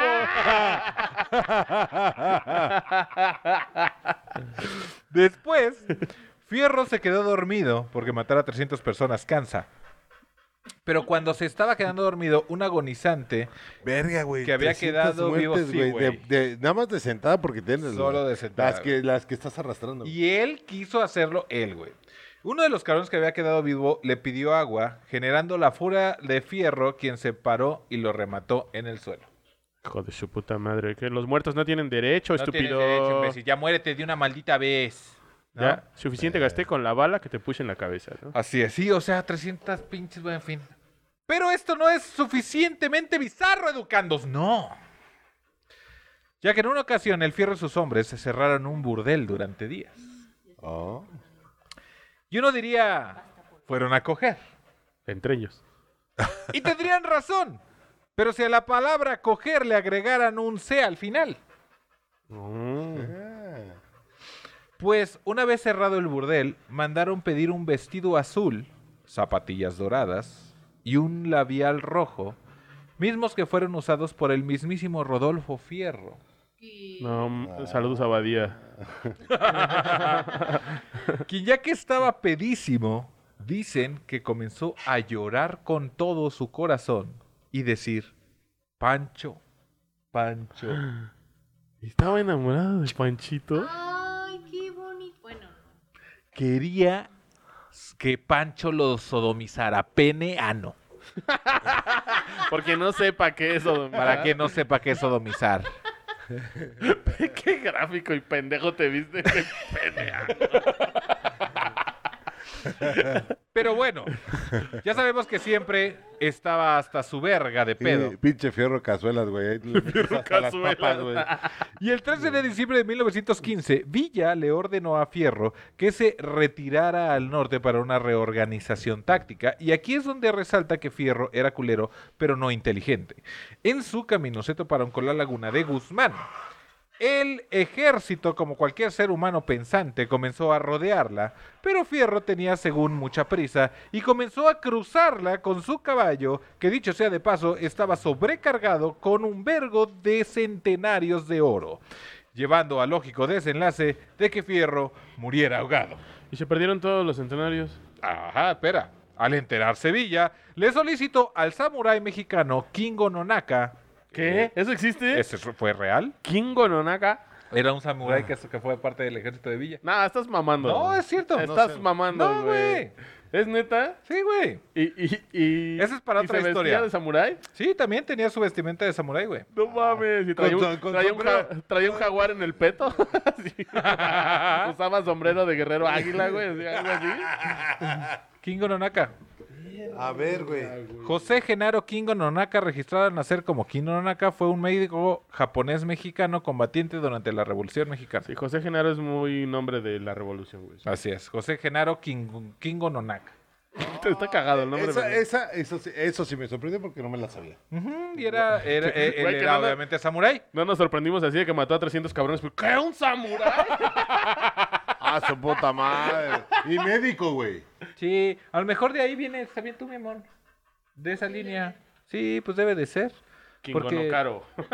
Speaker 2: Después, Fierro se quedó dormido porque matar a 300 personas cansa. Pero cuando se estaba quedando dormido, un agonizante,
Speaker 5: Verga, güey.
Speaker 2: Que había
Speaker 5: 300
Speaker 2: quedado vivo, sí,
Speaker 5: de- de- Nada más de sentada porque tienes.
Speaker 2: Solo
Speaker 5: güey.
Speaker 2: de sentada,
Speaker 5: Las que, las que estás arrastrando.
Speaker 2: y él quiso hacerlo él, güey. Uno de los cabrones que había quedado vivo le pidió agua, generando la furia de Fierro, quien se paró y lo remató en el suelo.
Speaker 6: Hijo de su puta madre, que los muertos no tienen derecho,
Speaker 2: No tienes
Speaker 6: estúpido.
Speaker 2: derecho, imbécil. Ya muérete de una maldita vez. ¿no? Eh.
Speaker 6: Ya, suficiente gasté con la bala que te puse en la cabeza, ¿no?
Speaker 2: Así es, sí, o sea, 300 pinches, bueno, en fin. Pero esto no es suficientemente bizarro, educandos, no. Ya que en una ocasión el fierro y sus hombres se cerraron un burdel durante días.
Speaker 5: Oh.
Speaker 2: Y uno diría, fueron a coger.
Speaker 6: Entre ellos.
Speaker 2: Y tendrían razón. Pero si a la palabra coger le agregaran un C al final.
Speaker 5: Ah.
Speaker 2: Pues una vez cerrado el burdel, mandaron pedir un vestido azul, zapatillas doradas y un labial rojo, mismos que fueron usados por el mismísimo Rodolfo Fierro.
Speaker 6: No,
Speaker 2: Ah.
Speaker 6: m- saludos a Badía.
Speaker 2: Quien ya que estaba pedísimo, dicen que comenzó a llorar con todo su corazón y decir, Pancho, Pancho.
Speaker 6: Estaba enamorado de Panchito.
Speaker 8: Ay, qué bonito. Bueno, no.
Speaker 2: Quería que Pancho lo sodomizara pene ano.
Speaker 6: Porque no sepa qué es eso.
Speaker 2: Para que no sepa qué es sodomizar.
Speaker 6: qué gráfico y pendejo te viste. güey?
Speaker 2: Pero bueno, ya sabemos que siempre estaba hasta su verga de
Speaker 5: Sí,
Speaker 2: pedo.
Speaker 5: pinche fierro cazuelas, güey.
Speaker 2: *laughs*
Speaker 5: Fierro
Speaker 6: cazuelas.
Speaker 2: Y el 13 de diciembre de 1915, Villa le ordenó a Fierro que se retirara al norte para una reorganización táctica. Y aquí es donde resalta que Fierro era culero, pero no inteligente. En su camino se toparon con la laguna de Guzmán. El ejército, como cualquier ser humano pensante, comenzó a rodearla, pero Fierro tenía según mucha prisa y comenzó a cruzarla con su caballo, que dicho sea de paso, estaba sobrecargado con un vergo de centenarios de oro, llevando a lógico desenlace de que Fierro muriera ahogado.
Speaker 6: Y se perdieron todos los centenarios.
Speaker 2: Ajá, espera. Al enterarse Villa, le solicitó al samurái mexicano Kingo Nonaka.
Speaker 6: ¿Qué? ¿Eso existe?
Speaker 2: ¿Ese fue real? Ah.
Speaker 6: Kingo Nonaka.
Speaker 2: ¿Eh? Era un samurái que, que fue parte del ejército de Villa.
Speaker 6: Nah, estás mamando.
Speaker 2: No, es cierto.
Speaker 6: Estás
Speaker 2: No sé.
Speaker 6: mamando,
Speaker 2: No,
Speaker 6: güey.
Speaker 2: güey.
Speaker 6: ¿Es neta?
Speaker 2: Sí, güey.
Speaker 6: Y, y, y...
Speaker 2: Esa es para
Speaker 6: ¿y
Speaker 2: otra
Speaker 6: se
Speaker 2: historia.
Speaker 6: vestía de samurái?
Speaker 2: Sí, también tenía su vestimenta de samurái, güey.
Speaker 6: No mames, y traía,
Speaker 5: Con
Speaker 6: un,
Speaker 5: so- con
Speaker 6: traía un ja-
Speaker 5: sombrero.
Speaker 6: traía un jaguar en el peto. *laughs* Así. Usaba sombrero de guerrero águila, güey, así, algo así.
Speaker 2: Kingo Nonaka.
Speaker 5: A ver, güey.
Speaker 2: José Genaro Kingo Nonaka, registrado al nacer como Kingo Nonaka, fue un médico japonés mexicano combatiente durante la Revolución Mexicana.
Speaker 6: Sí, José Genaro es muy nombre de la revolución, güey.
Speaker 2: Así es, José Genaro Kingo, Kingo Nonaka.
Speaker 6: *laughs* Está cagado el nombre.
Speaker 5: Esa,
Speaker 6: güey.
Speaker 5: esa, eso, sí- eso sí me sorprendió porque no me la sabía.
Speaker 2: Ujú, y era, era- eh, él
Speaker 6: Güey, que
Speaker 2: era
Speaker 6: no me-
Speaker 2: obviamente samurái.
Speaker 6: No nos sorprendimos así de que mató a 300 cabrones. pero ¿Qué? ¿Un samurái?
Speaker 5: Ah, su puta madre. *laughs* Y médico, güey.
Speaker 2: Sí, a lo mejor de ahí viene también tú, mi amor. De esa línea. Sí, pues debe de ser.
Speaker 6: Kingo
Speaker 2: *laughs* Porque-
Speaker 6: no caro. *laughs*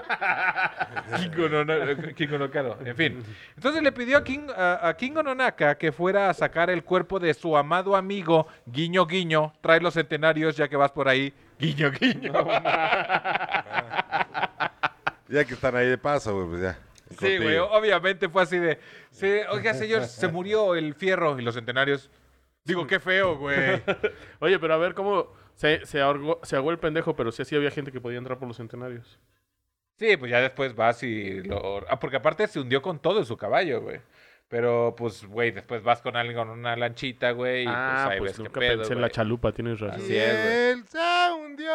Speaker 2: Kingo Nona- Kingo Nonaka, en fin. Entonces le pidió a, King, a, a Kingo Nonaka que fuera a sacar el cuerpo de su amado amigo, guiño guiño, trae los centenarios ya que vas por ahí, guiño
Speaker 6: *laughs*
Speaker 2: guiño.
Speaker 5: Ya que están ahí de paso, güey, pues ya.
Speaker 2: sí, güey, obviamente fue así de, se- oiga
Speaker 6: *laughs*
Speaker 2: señor, se murió el fierro y los centenarios. Digo, qué feo, güey.
Speaker 6: Oye, pero a ver cómo se, se, ahorgó- se ahogó el pendejo, pero sí así había gente que podía entrar por los centenarios.
Speaker 2: Sí, pues ya después vas y lo... Ah, porque aparte se hundió con todo en su caballo, güey. Pero, pues, güey, después vas con alguien con una lanchita, güey, y
Speaker 6: ah,
Speaker 2: pues ahí
Speaker 6: pues,
Speaker 2: ves qué
Speaker 6: nunca
Speaker 2: pedo,
Speaker 6: pensé en la
Speaker 2: güey.
Speaker 6: chalupa, tienes razón.
Speaker 2: Así es, güey.
Speaker 5: Él se hundió.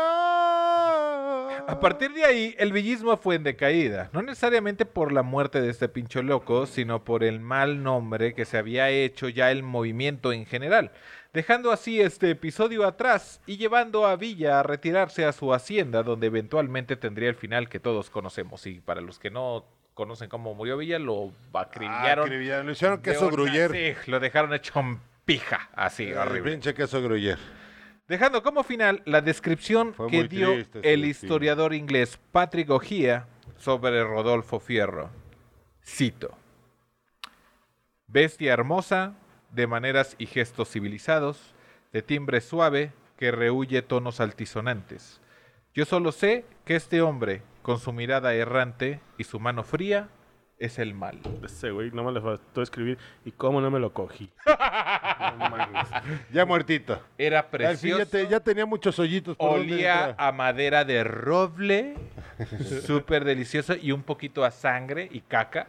Speaker 2: A partir de ahí, el villismo fue en decaída, no necesariamente por la muerte de este pincho loco, sino por el mal nombre que se había hecho ya el movimiento en general, dejando así este episodio atrás y llevando a Villa a retirarse a su hacienda, donde eventualmente tendría el final que todos conocemos. Y para los que no conocen cómo murió Villa, lo acribillaron.
Speaker 5: Acribillaron, Ah, le hicieron
Speaker 2: de
Speaker 5: queso
Speaker 2: una-
Speaker 5: gruyer. Eh,
Speaker 2: Sí, lo dejaron hecho en pija, así,
Speaker 5: El
Speaker 2: horrible.
Speaker 5: pinche queso gruyer.
Speaker 2: Dejando como final la descripción
Speaker 5: Fue
Speaker 2: que
Speaker 5: muy
Speaker 2: dio
Speaker 5: triste su
Speaker 2: el
Speaker 5: destino.
Speaker 2: historiador inglés Patrick O'Hia sobre Rodolfo Fierro. Cito. Bestia hermosa, de maneras y gestos civilizados, de timbre suave que rehuye tonos altisonantes. Yo solo sé que este hombre, con su mirada errante y su mano fría, es el mal.
Speaker 6: Ese güey, no me le faltó escribir. ¿Y cómo no me lo cogí? No mames.
Speaker 5: Ya muertito.
Speaker 2: Era
Speaker 5: Al fin
Speaker 2: precioso.
Speaker 5: ya, te- ya tenía muchos hoyitos. por donde
Speaker 2: Olía
Speaker 5: entrar.
Speaker 2: a madera de roble, *laughs* súper delicioso y un poquito a sangre y caca.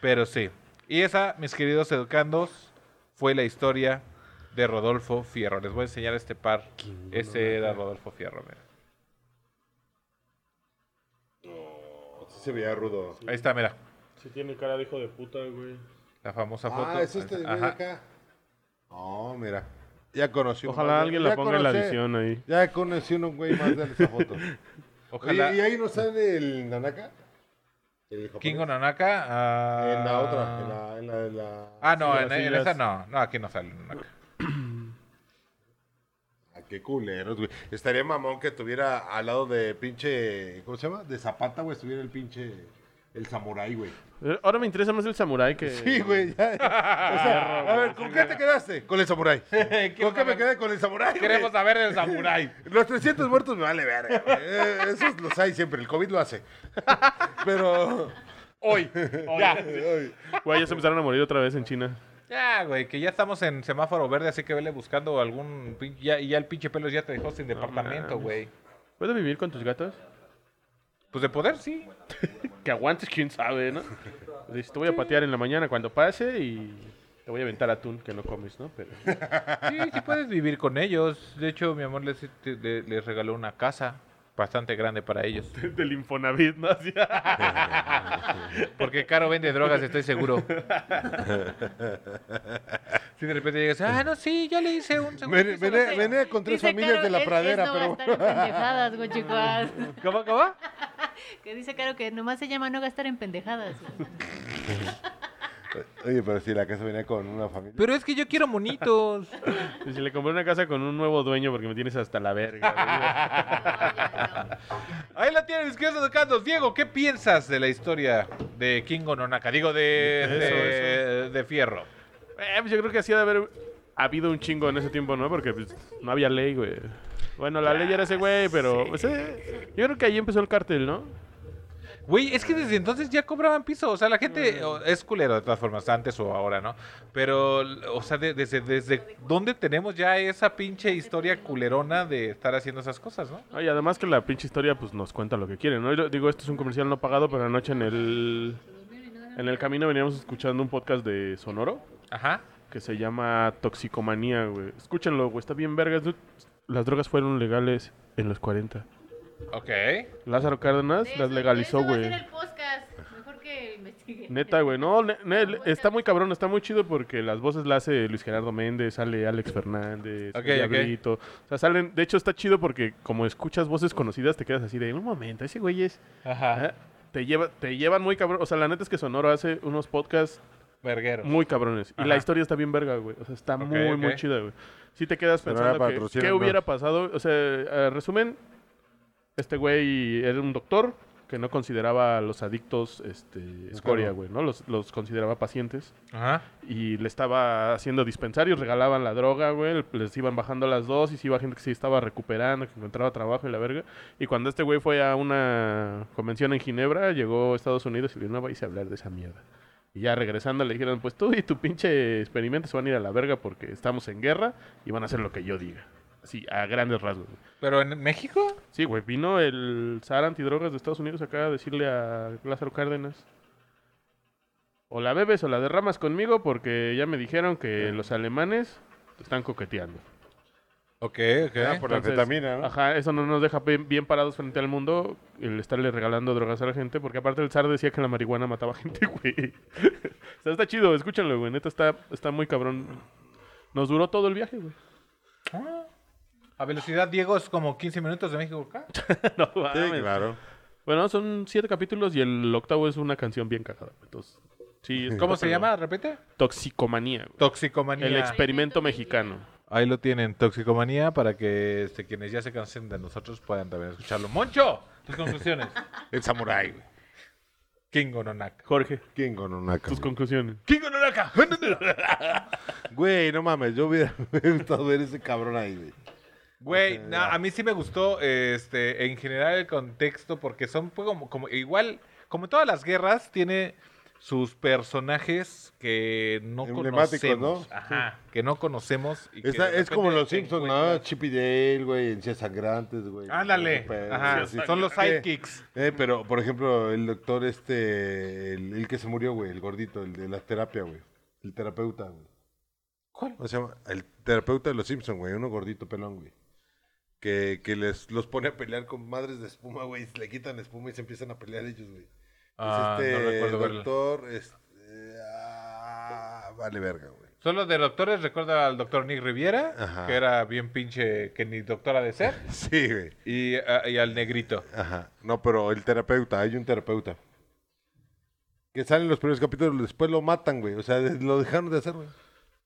Speaker 2: Pero sí. Y esa, mis queridos educandos, fue la historia de Rodolfo Fierro. Les voy a enseñar este par. Ese era Rodolfo Fierro. mira.
Speaker 5: Sí se veía rudo.
Speaker 2: Ahí está, mira.
Speaker 6: Sí tiene cara de hijo de puta, güey.
Speaker 2: La famosa foto.
Speaker 5: Ah, es este de
Speaker 2: Ajá.
Speaker 5: acá. No, mira. Ya conocí. uno
Speaker 6: Ojalá
Speaker 5: más.
Speaker 6: alguien
Speaker 5: Ya
Speaker 6: la ponga en la
Speaker 5: conocí-
Speaker 6: edición ahí.
Speaker 5: Ya conocí un güey más de esa foto.
Speaker 2: Ojalá.
Speaker 5: Oye, ¿Y ahí no sale el Nanaka? El japonés.
Speaker 2: Kingo Nanaka. ah,
Speaker 5: En la otra, en la... En la, de la...
Speaker 2: Ah, no,
Speaker 6: Sí,
Speaker 2: en,
Speaker 6: las
Speaker 2: en
Speaker 6: sillas.
Speaker 2: esa no. No, aquí no sale Nanaka.
Speaker 5: Ah, qué culeros, güey. Estaría mamón que estuviera al lado de pinche... ¿Cómo se llama? De Zapata, güey, estuviera el pinche... El samurái, güey.
Speaker 6: Eh, Ahora me interesa más el samurái que...
Speaker 5: Sí, güey, ya. ya. O sea, a ver, ¿con qué te quedaste? Con el samurái. ¿Con qué me quedé? Con el samurái, güey.
Speaker 2: Queremos saber el samurái.
Speaker 5: Los 300 muertos me vale verga, güey. Eh, Esos los hay siempre, el COVID lo hace. *laughs* Pero... *laughs*
Speaker 2: Hoy. Ya.
Speaker 5: Ay,
Speaker 6: Güey, ya se empezaron a morir otra vez en China.
Speaker 2: Ya, güey, que ya estamos en semáforo verde, así que vele buscando algún... pin- Ya, y ya el pinche pelos ya te dejó sin departamento,
Speaker 6: mames.
Speaker 2: güey.
Speaker 6: ¿Puedes vivir con tus gatos?
Speaker 2: Pues de poder, sí.
Speaker 6: Que aguantes, quién sabe, ¿no? Dices, te voy a patear en la mañana cuando pase y te voy a aventar atún que no comes, ¿no?
Speaker 5: *laughs*
Speaker 6: Pero
Speaker 2: Sí, sí puedes vivir con ellos. De hecho, mi amor les, te- le- les regaló una casa bastante grande para ellos.
Speaker 6: del Infonavit, ¿no? Así-
Speaker 2: Porque Caro vende drogas, estoy seguro. Si de repente llegas, ah, no, sí, ya le hice un seguro.
Speaker 5: Venía, venía- venía con tres
Speaker 8: Dice
Speaker 5: familias
Speaker 8: Caro,
Speaker 5: de
Speaker 8: él-
Speaker 5: la
Speaker 8: él
Speaker 5: pradera,
Speaker 8: no va a
Speaker 5: pero...
Speaker 8: estar en pendejadas, güey,
Speaker 6: *laughs*
Speaker 8: chicos.
Speaker 2: ¿Cómo, cómo?
Speaker 8: *laughs* Que dice Caro que nomás se llama no gastar en
Speaker 6: *laughs*
Speaker 8: pendejadas.
Speaker 5: Oye, pero si la casa venía con una familia.
Speaker 2: Pero es que yo quiero monitos.
Speaker 6: Y si le compré una casa con un nuevo dueño porque me tienes hasta la verga.
Speaker 2: Ahí la tienen, mis queridos educandos. Diego, ¿qué piensas de la historia de Kingo Nonaka? Digo, de,
Speaker 6: Eso,
Speaker 2: de, de Fierro.
Speaker 6: güey. Eh, pues yo creo que así de haber habido un chingo en ese tiempo, ¿no? Porque pues, no había ley, güey. Bueno, la ley era ese güey, pero pues, eh, yo creo que ahí empezó el cartel, ¿no?
Speaker 2: Güey, es que desde entonces ya cobraban piso. O sea, la gente o- es culero de todas formas, antes o ahora, ¿no? Pero, o sea, de- desde, desde dónde tenemos ya esa pinche historia culerona de estar haciendo esas cosas, ¿no?
Speaker 6: No, Y además que la pinche historia pues nos cuenta lo que quiere, ¿no? Y lo- Digo, esto es un comercial no pagado, pero anoche en el en el camino veníamos escuchando un podcast de Sonoro
Speaker 2: Ajá.
Speaker 6: que se llama Toxicomanía, güey. Escúchenlo, güey, está bien vergas. dude. Las drogas fueron legales en los 40.
Speaker 2: Ok.
Speaker 6: Lázaro Cárdenas las legalizó, güey.
Speaker 8: el podcast. Mejor que investigue.
Speaker 6: Neta, güey, no, ne- ne- está muy cabrón, está muy chido porque las voces las hace Luis Gerardo Méndez, sale Alex Fernández,
Speaker 2: Ok,
Speaker 6: sale
Speaker 2: ok.
Speaker 6: Diablito. O sea, salen, de hecho está chido porque como escuchas voces conocidas te quedas así de, un momento, ese güey es...
Speaker 2: Ajá.
Speaker 6: Ajá. Te, lleva, te llevan muy cabrón. O sea, la neta es que Sonoro hace unos podcasts
Speaker 2: Verguero.
Speaker 6: muy cabrones. Y
Speaker 2: Ajá.
Speaker 6: la historia está bien verga, güey. O sea, está muy,
Speaker 2: ok.
Speaker 6: muy chida, güey. Si te quedas
Speaker 5: Pero
Speaker 6: pensando
Speaker 5: ahora
Speaker 6: que, qué
Speaker 5: patrocínanos.
Speaker 6: hubiera pasado. O sea, eh, resumen, este güey era un doctor que no consideraba a los adictos este, escoria, güey, ¿no? Los, los consideraba pacientes
Speaker 2: Ajá.
Speaker 6: y le estaba haciendo dispensarios, regalaban la droga, güey, les iban bajando las dosis, iba gente que se estaba recuperando, que encontraba trabajo y la verga. Y cuando este güey fue a una convención en Ginebra, llegó a Estados Unidos y le dijo, no vais a hablar de esa mierda. Y ya regresando le dijeron, pues tú y tu pinche experimento se van a ir a la verga porque estamos en guerra y van a hacer lo que yo diga. Así, a grandes rasgos. güey.
Speaker 2: ¿Pero en México?
Speaker 6: Sí, güey, vino el zar antidrogas de Estados Unidos acá a decirle a Lázaro Cárdenas. O la bebes o la derramas conmigo porque ya me dijeron que los alemanes te están coqueteando.
Speaker 2: Ok, ok.
Speaker 5: Ah, por la
Speaker 6: Entonces,
Speaker 5: anfetamina, ¿no?
Speaker 6: Ajá, eso no nos deja pe- bien parados frente al mundo el estarle regalando drogas a la gente, porque aparte el zar decía que la marihuana mataba gente, *laughs* güey. o sea, está chido, escúchenlo, güey. Neta, está, está muy cabrón. Nos duró todo el viaje, güey.
Speaker 2: A velocidad, Diego, es como 15 minutos de México acá.
Speaker 6: *laughs* no
Speaker 5: Sí,
Speaker 6: mames.
Speaker 5: claro.
Speaker 6: Bueno, son siete capítulos y el octavo es una canción bien cagada. güey. Entonces, sí, es
Speaker 2: ¿Cómo se llama? Repite.
Speaker 6: Toxicomanía, güey.
Speaker 2: Toxicomanía.
Speaker 6: El experimento mexicano.
Speaker 2: Ahí lo tienen, Toxicomanía, para que este, quienes ya se cansen de nosotros puedan también escucharlo. ¡Moncho! Tus conclusiones.
Speaker 5: El samurái, güey.
Speaker 2: Kingo Nonaka.
Speaker 6: Jorge,
Speaker 5: ¿Quién con una
Speaker 6: tus conclusiones.
Speaker 2: ¡Kingo Nonaka!
Speaker 5: Güey, no mames, yo hubiera *laughs* me hubiera gustado ver ese cabrón ahí, güey.
Speaker 2: Güey, no, a mí sí me gustó este, en general el contexto porque son pues, como, como igual, como todas las guerras, tiene sus personajes que no
Speaker 5: Emblemáticos,
Speaker 2: conocemos.
Speaker 5: ¿no?
Speaker 2: Ajá, que no conocemos. y que
Speaker 5: Está-
Speaker 2: de
Speaker 5: es como
Speaker 2: repente
Speaker 5: los
Speaker 2: te
Speaker 5: Simpsons, ¿no?
Speaker 2: encuentras-
Speaker 5: Chip y Dale, güey, encías sangrantes, güey.
Speaker 2: Ándale.
Speaker 5: Pero,
Speaker 2: Ajá,
Speaker 5: sí.
Speaker 2: son los
Speaker 5: Eh,
Speaker 2: sidekicks.
Speaker 5: Eh, pero, por ejemplo, el doctor este, el, el que se murió, güey, el gordito, el de la terapia, güey. El terapeuta, güey.
Speaker 2: ¿Cuál?
Speaker 5: ¿Cómo se llama? El terapeuta de los Simpsons, güey, uno gordito pelón, güey. Que, que les, los pone a pelear con madres de espuma, güey, y le quitan espuma y se empiezan a pelear ellos, güey.
Speaker 2: Ah,
Speaker 5: es
Speaker 2: no
Speaker 5: este
Speaker 2: recuerdo verlo.
Speaker 5: doctor, este, ah, vale verga, güey. *laughs*
Speaker 2: Son los de doctores, recuerda al doctor Nick Riviera,
Speaker 5: Ajá.
Speaker 2: que era bien pinche que ni doctora de ser,
Speaker 5: Sí, güey.
Speaker 2: y, a- y
Speaker 5: *laughs*
Speaker 2: al negrito.
Speaker 5: Ajá. No, pero el terapeuta, hay un terapeuta. Que salen los primeros capítulos, después lo matan, güey. O sea, de- lo dejaron de hacer, güey.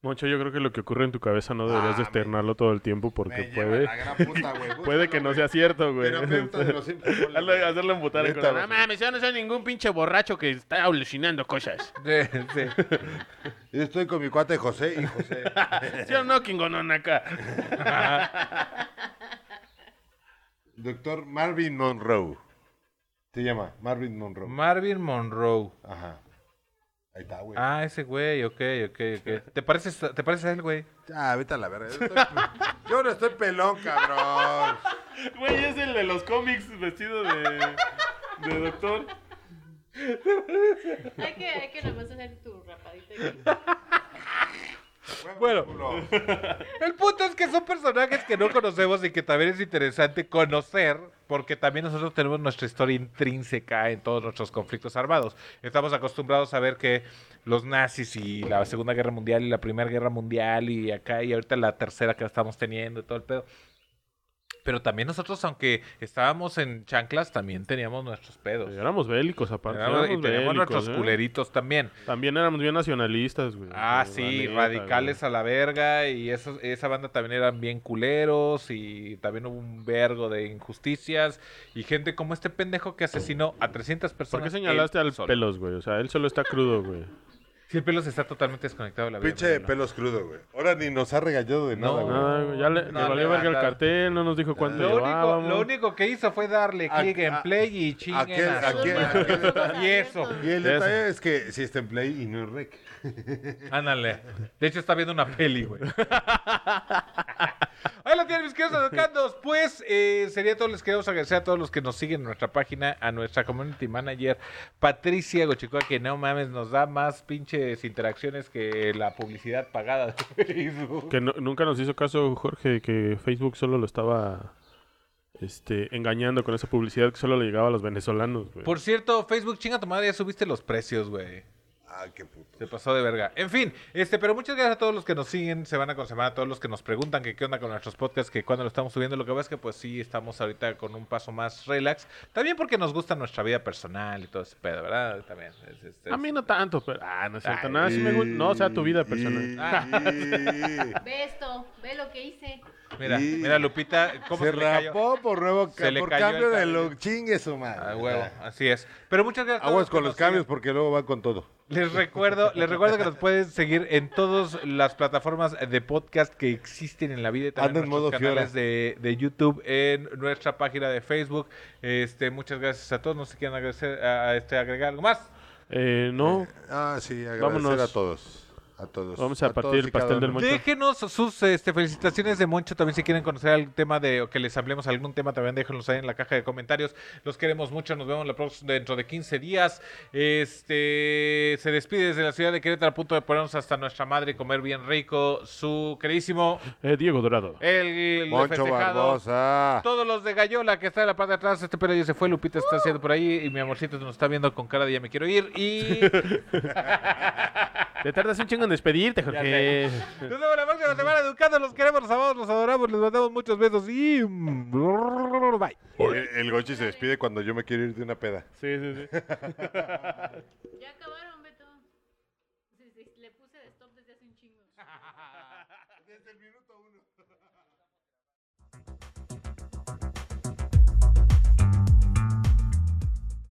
Speaker 6: Moncho, yo creo que lo que ocurre en tu cabeza no
Speaker 2: Ah,
Speaker 6: deberías de externarlo todo el tiempo porque puede,
Speaker 5: gran puta,
Speaker 6: *laughs*
Speaker 5: güey.
Speaker 6: puede que no sea cierto, güey.
Speaker 5: Terapeuta de los Simpsons, ponle,
Speaker 6: *laughs* Hazle-
Speaker 5: güey.
Speaker 6: Hacerlo embutar.
Speaker 5: Neta,
Speaker 6: con-
Speaker 5: güey.
Speaker 6: No mames, yo no soy ningún pinche borracho que está alucinando cosas.
Speaker 2: Sí, sí.
Speaker 5: Yo estoy con mi cuate José y *laughs* José.
Speaker 6: Yo *laughs* no, Kingonon acá.
Speaker 5: Doctor Marvin Monroe. Se llama Marvin Monroe.
Speaker 2: *laughs* Marvin Monroe.
Speaker 5: Ajá. Ahí está, güey.
Speaker 2: Ah, ese güey, ok, ok, ok. ¿Te pareces, te pareces a él, güey?
Speaker 5: Ya, Ah, vete a la verga. Yo, estoy- *laughs* yo no estoy pelón, cabrón.
Speaker 6: Güey, es el de los cómics vestido de, de doctor.
Speaker 8: *laughs* Hay que, hay que nomás hacer tu rapadita aquí.
Speaker 2: Bueno.
Speaker 5: Culo.
Speaker 2: El punto es que son personajes que no conocemos y que también es interesante conocer, porque también nosotros tenemos nuestra historia intrínseca en todos nuestros conflictos armados. Estamos acostumbrados a ver que los nazis y la Segunda Guerra Mundial y la Primera Guerra Mundial y acá y ahorita la tercera que estamos teniendo y todo el pedo. Pero también nosotros, aunque estábamos en chanclas, también teníamos nuestros pedos.
Speaker 6: Éramos bélicos, aparte.
Speaker 2: Éramos- y
Speaker 6: éramos
Speaker 2: teníamos
Speaker 6: bélicos,
Speaker 2: nuestros
Speaker 6: ¿eh?
Speaker 2: culeritos también.
Speaker 6: También éramos bien nacionalistas, güey.
Speaker 2: Ah,
Speaker 6: La
Speaker 2: sí,
Speaker 6: neta,
Speaker 2: radicales
Speaker 6: güey.
Speaker 2: a la verga y eso, esa banda también eran bien culeros y también hubo un vergo de injusticias y gente como este pendejo que asesinó a 300
Speaker 6: ¿Por
Speaker 2: personas.
Speaker 6: qué señalaste
Speaker 2: él
Speaker 6: al
Speaker 2: solo?
Speaker 6: pelos, güey? O sea, él solo está crudo, güey.
Speaker 2: Sí, el pelos está totalmente desconectado de la vida.
Speaker 5: Pinche de
Speaker 2: moderna.
Speaker 5: pelos crudo, güey. Ahora ni nos ha regañado de
Speaker 2: No,
Speaker 5: nada, güey.
Speaker 6: Nada, Ah, güey. Ya le, le
Speaker 2: No, le
Speaker 6: valió verga el
Speaker 2: mandaron.
Speaker 6: cartel, no nos dijo cuánto
Speaker 2: Lo único,
Speaker 6: llevábamos.
Speaker 2: lo único que hizo fue darle
Speaker 5: A-
Speaker 2: clic en
Speaker 5: a-
Speaker 2: play y
Speaker 5: aquel-
Speaker 2: chinguen a su
Speaker 5: aquel-
Speaker 2: madre.
Speaker 8: aquel-
Speaker 2: Y eso,
Speaker 5: Y el
Speaker 6: Eso.
Speaker 5: detalle es que si está en play y no en rec.
Speaker 2: ándale. De hecho, está viendo una peli, güey. *laughs* Ahí lo tienen, mis queridos educandos. Pues eh, sería todo. Les queremos agradecer a todos los que nos siguen en nuestra página, a nuestra community manager, Patricia Gochicoa, que no mames, nos da más pinches interacciones que la publicidad pagada de *laughs* Facebook.
Speaker 6: Que no- nunca nos hizo caso Jorge, que Facebook solo lo estaba este, engañando con esa publicidad que solo le llegaba a los venezolanos, güey.
Speaker 2: Por cierto, Facebook, chinga tu madre, ya subiste los precios, güey.
Speaker 5: Ah, qué puto.
Speaker 2: Se pasó de verga. En fin, este, pero muchas gracias a todos los que nos siguen semana con semana, a todos los que nos preguntan que qué onda con nuestros podcasts, que cuándo lo estamos subiendo. Lo que pasa es que pues sí, estamos ahorita con un paso más relax. También porque nos gusta nuestra vida personal y todo ese pedo, ¿verdad? También. es- es- es-
Speaker 6: A mí no tanto, pero... Ah, no es cierto.
Speaker 2: Ay,
Speaker 6: Nada, sí me gusta. No, o sea, tu vida personal.
Speaker 5: *laughs* Ah.
Speaker 8: Ve esto, ve lo que hice.
Speaker 2: Mira,
Speaker 5: Y-
Speaker 2: mira, Lupita, ¿cómo se,
Speaker 5: se
Speaker 2: le cayó?
Speaker 5: rapó por nuevo
Speaker 2: Se
Speaker 5: ca-
Speaker 2: le
Speaker 5: por
Speaker 2: cayó
Speaker 5: cambio
Speaker 2: el
Speaker 5: de
Speaker 2: cabello.
Speaker 5: look. Chingue su madre.
Speaker 2: Ah, huevo, así es. Pero muchas gracias. a todos
Speaker 5: Aguas
Speaker 2: que
Speaker 5: con
Speaker 2: nos
Speaker 5: los cambios
Speaker 2: siguen.
Speaker 5: porque luego va con todo.
Speaker 2: Les recuerdo, les recuerdo que nos pueden seguir en todas las plataformas de podcast que existen en la vida y
Speaker 5: Anda
Speaker 2: también
Speaker 5: en
Speaker 2: nuestros
Speaker 5: modo Fiora.
Speaker 2: canales de, de YouTube, en nuestra página de Facebook. Este, muchas gracias a todos. No sé si quieren agradecer, a, a este, agregar algo más.
Speaker 6: Eh, no,
Speaker 5: Ah, sí, agradecer
Speaker 6: Vámonos.
Speaker 5: a todos. A todos.
Speaker 6: Vamos a partir
Speaker 5: todos
Speaker 6: el
Speaker 5: y cada
Speaker 6: pastel del
Speaker 5: uno.
Speaker 6: Moncho.
Speaker 2: Déjenos sus este, felicitaciones de Moncho. También si quieren conocer el tema de o que les hablemos algún tema, también déjenlos ahí en la caja de comentarios. Los queremos mucho. Nos vemos la prox- dentro de 15 días. Este se despide desde la ciudad de Querétaro a punto de ponernos hasta nuestra madre y comer bien rico. Su queridísimo
Speaker 6: Eh, Diego Dorado.
Speaker 2: el
Speaker 5: Moncho
Speaker 2: festejado.
Speaker 5: Barbosa.
Speaker 2: Todos los de Gallola que está en la parte de atrás, este pero ya se fue, Lupita está haciendo por ahí y mi amorcito nos está viendo con cara de ya me quiero ir
Speaker 5: *laughs*
Speaker 2: y
Speaker 6: Te tardas un chingo en despedirte, Jorge.
Speaker 2: Nos vemos la próxima semana educando, los queremos, los amamos, los adoramos, les mandamos muchos besos y bye.
Speaker 5: El, el Gochi se despide cuando yo me quiero ir de una peda.
Speaker 6: Sí, sí, sí.
Speaker 8: Ya acabaron, Beto. Le puse de stop desde hace un chingo.
Speaker 5: Desde el minuto uno.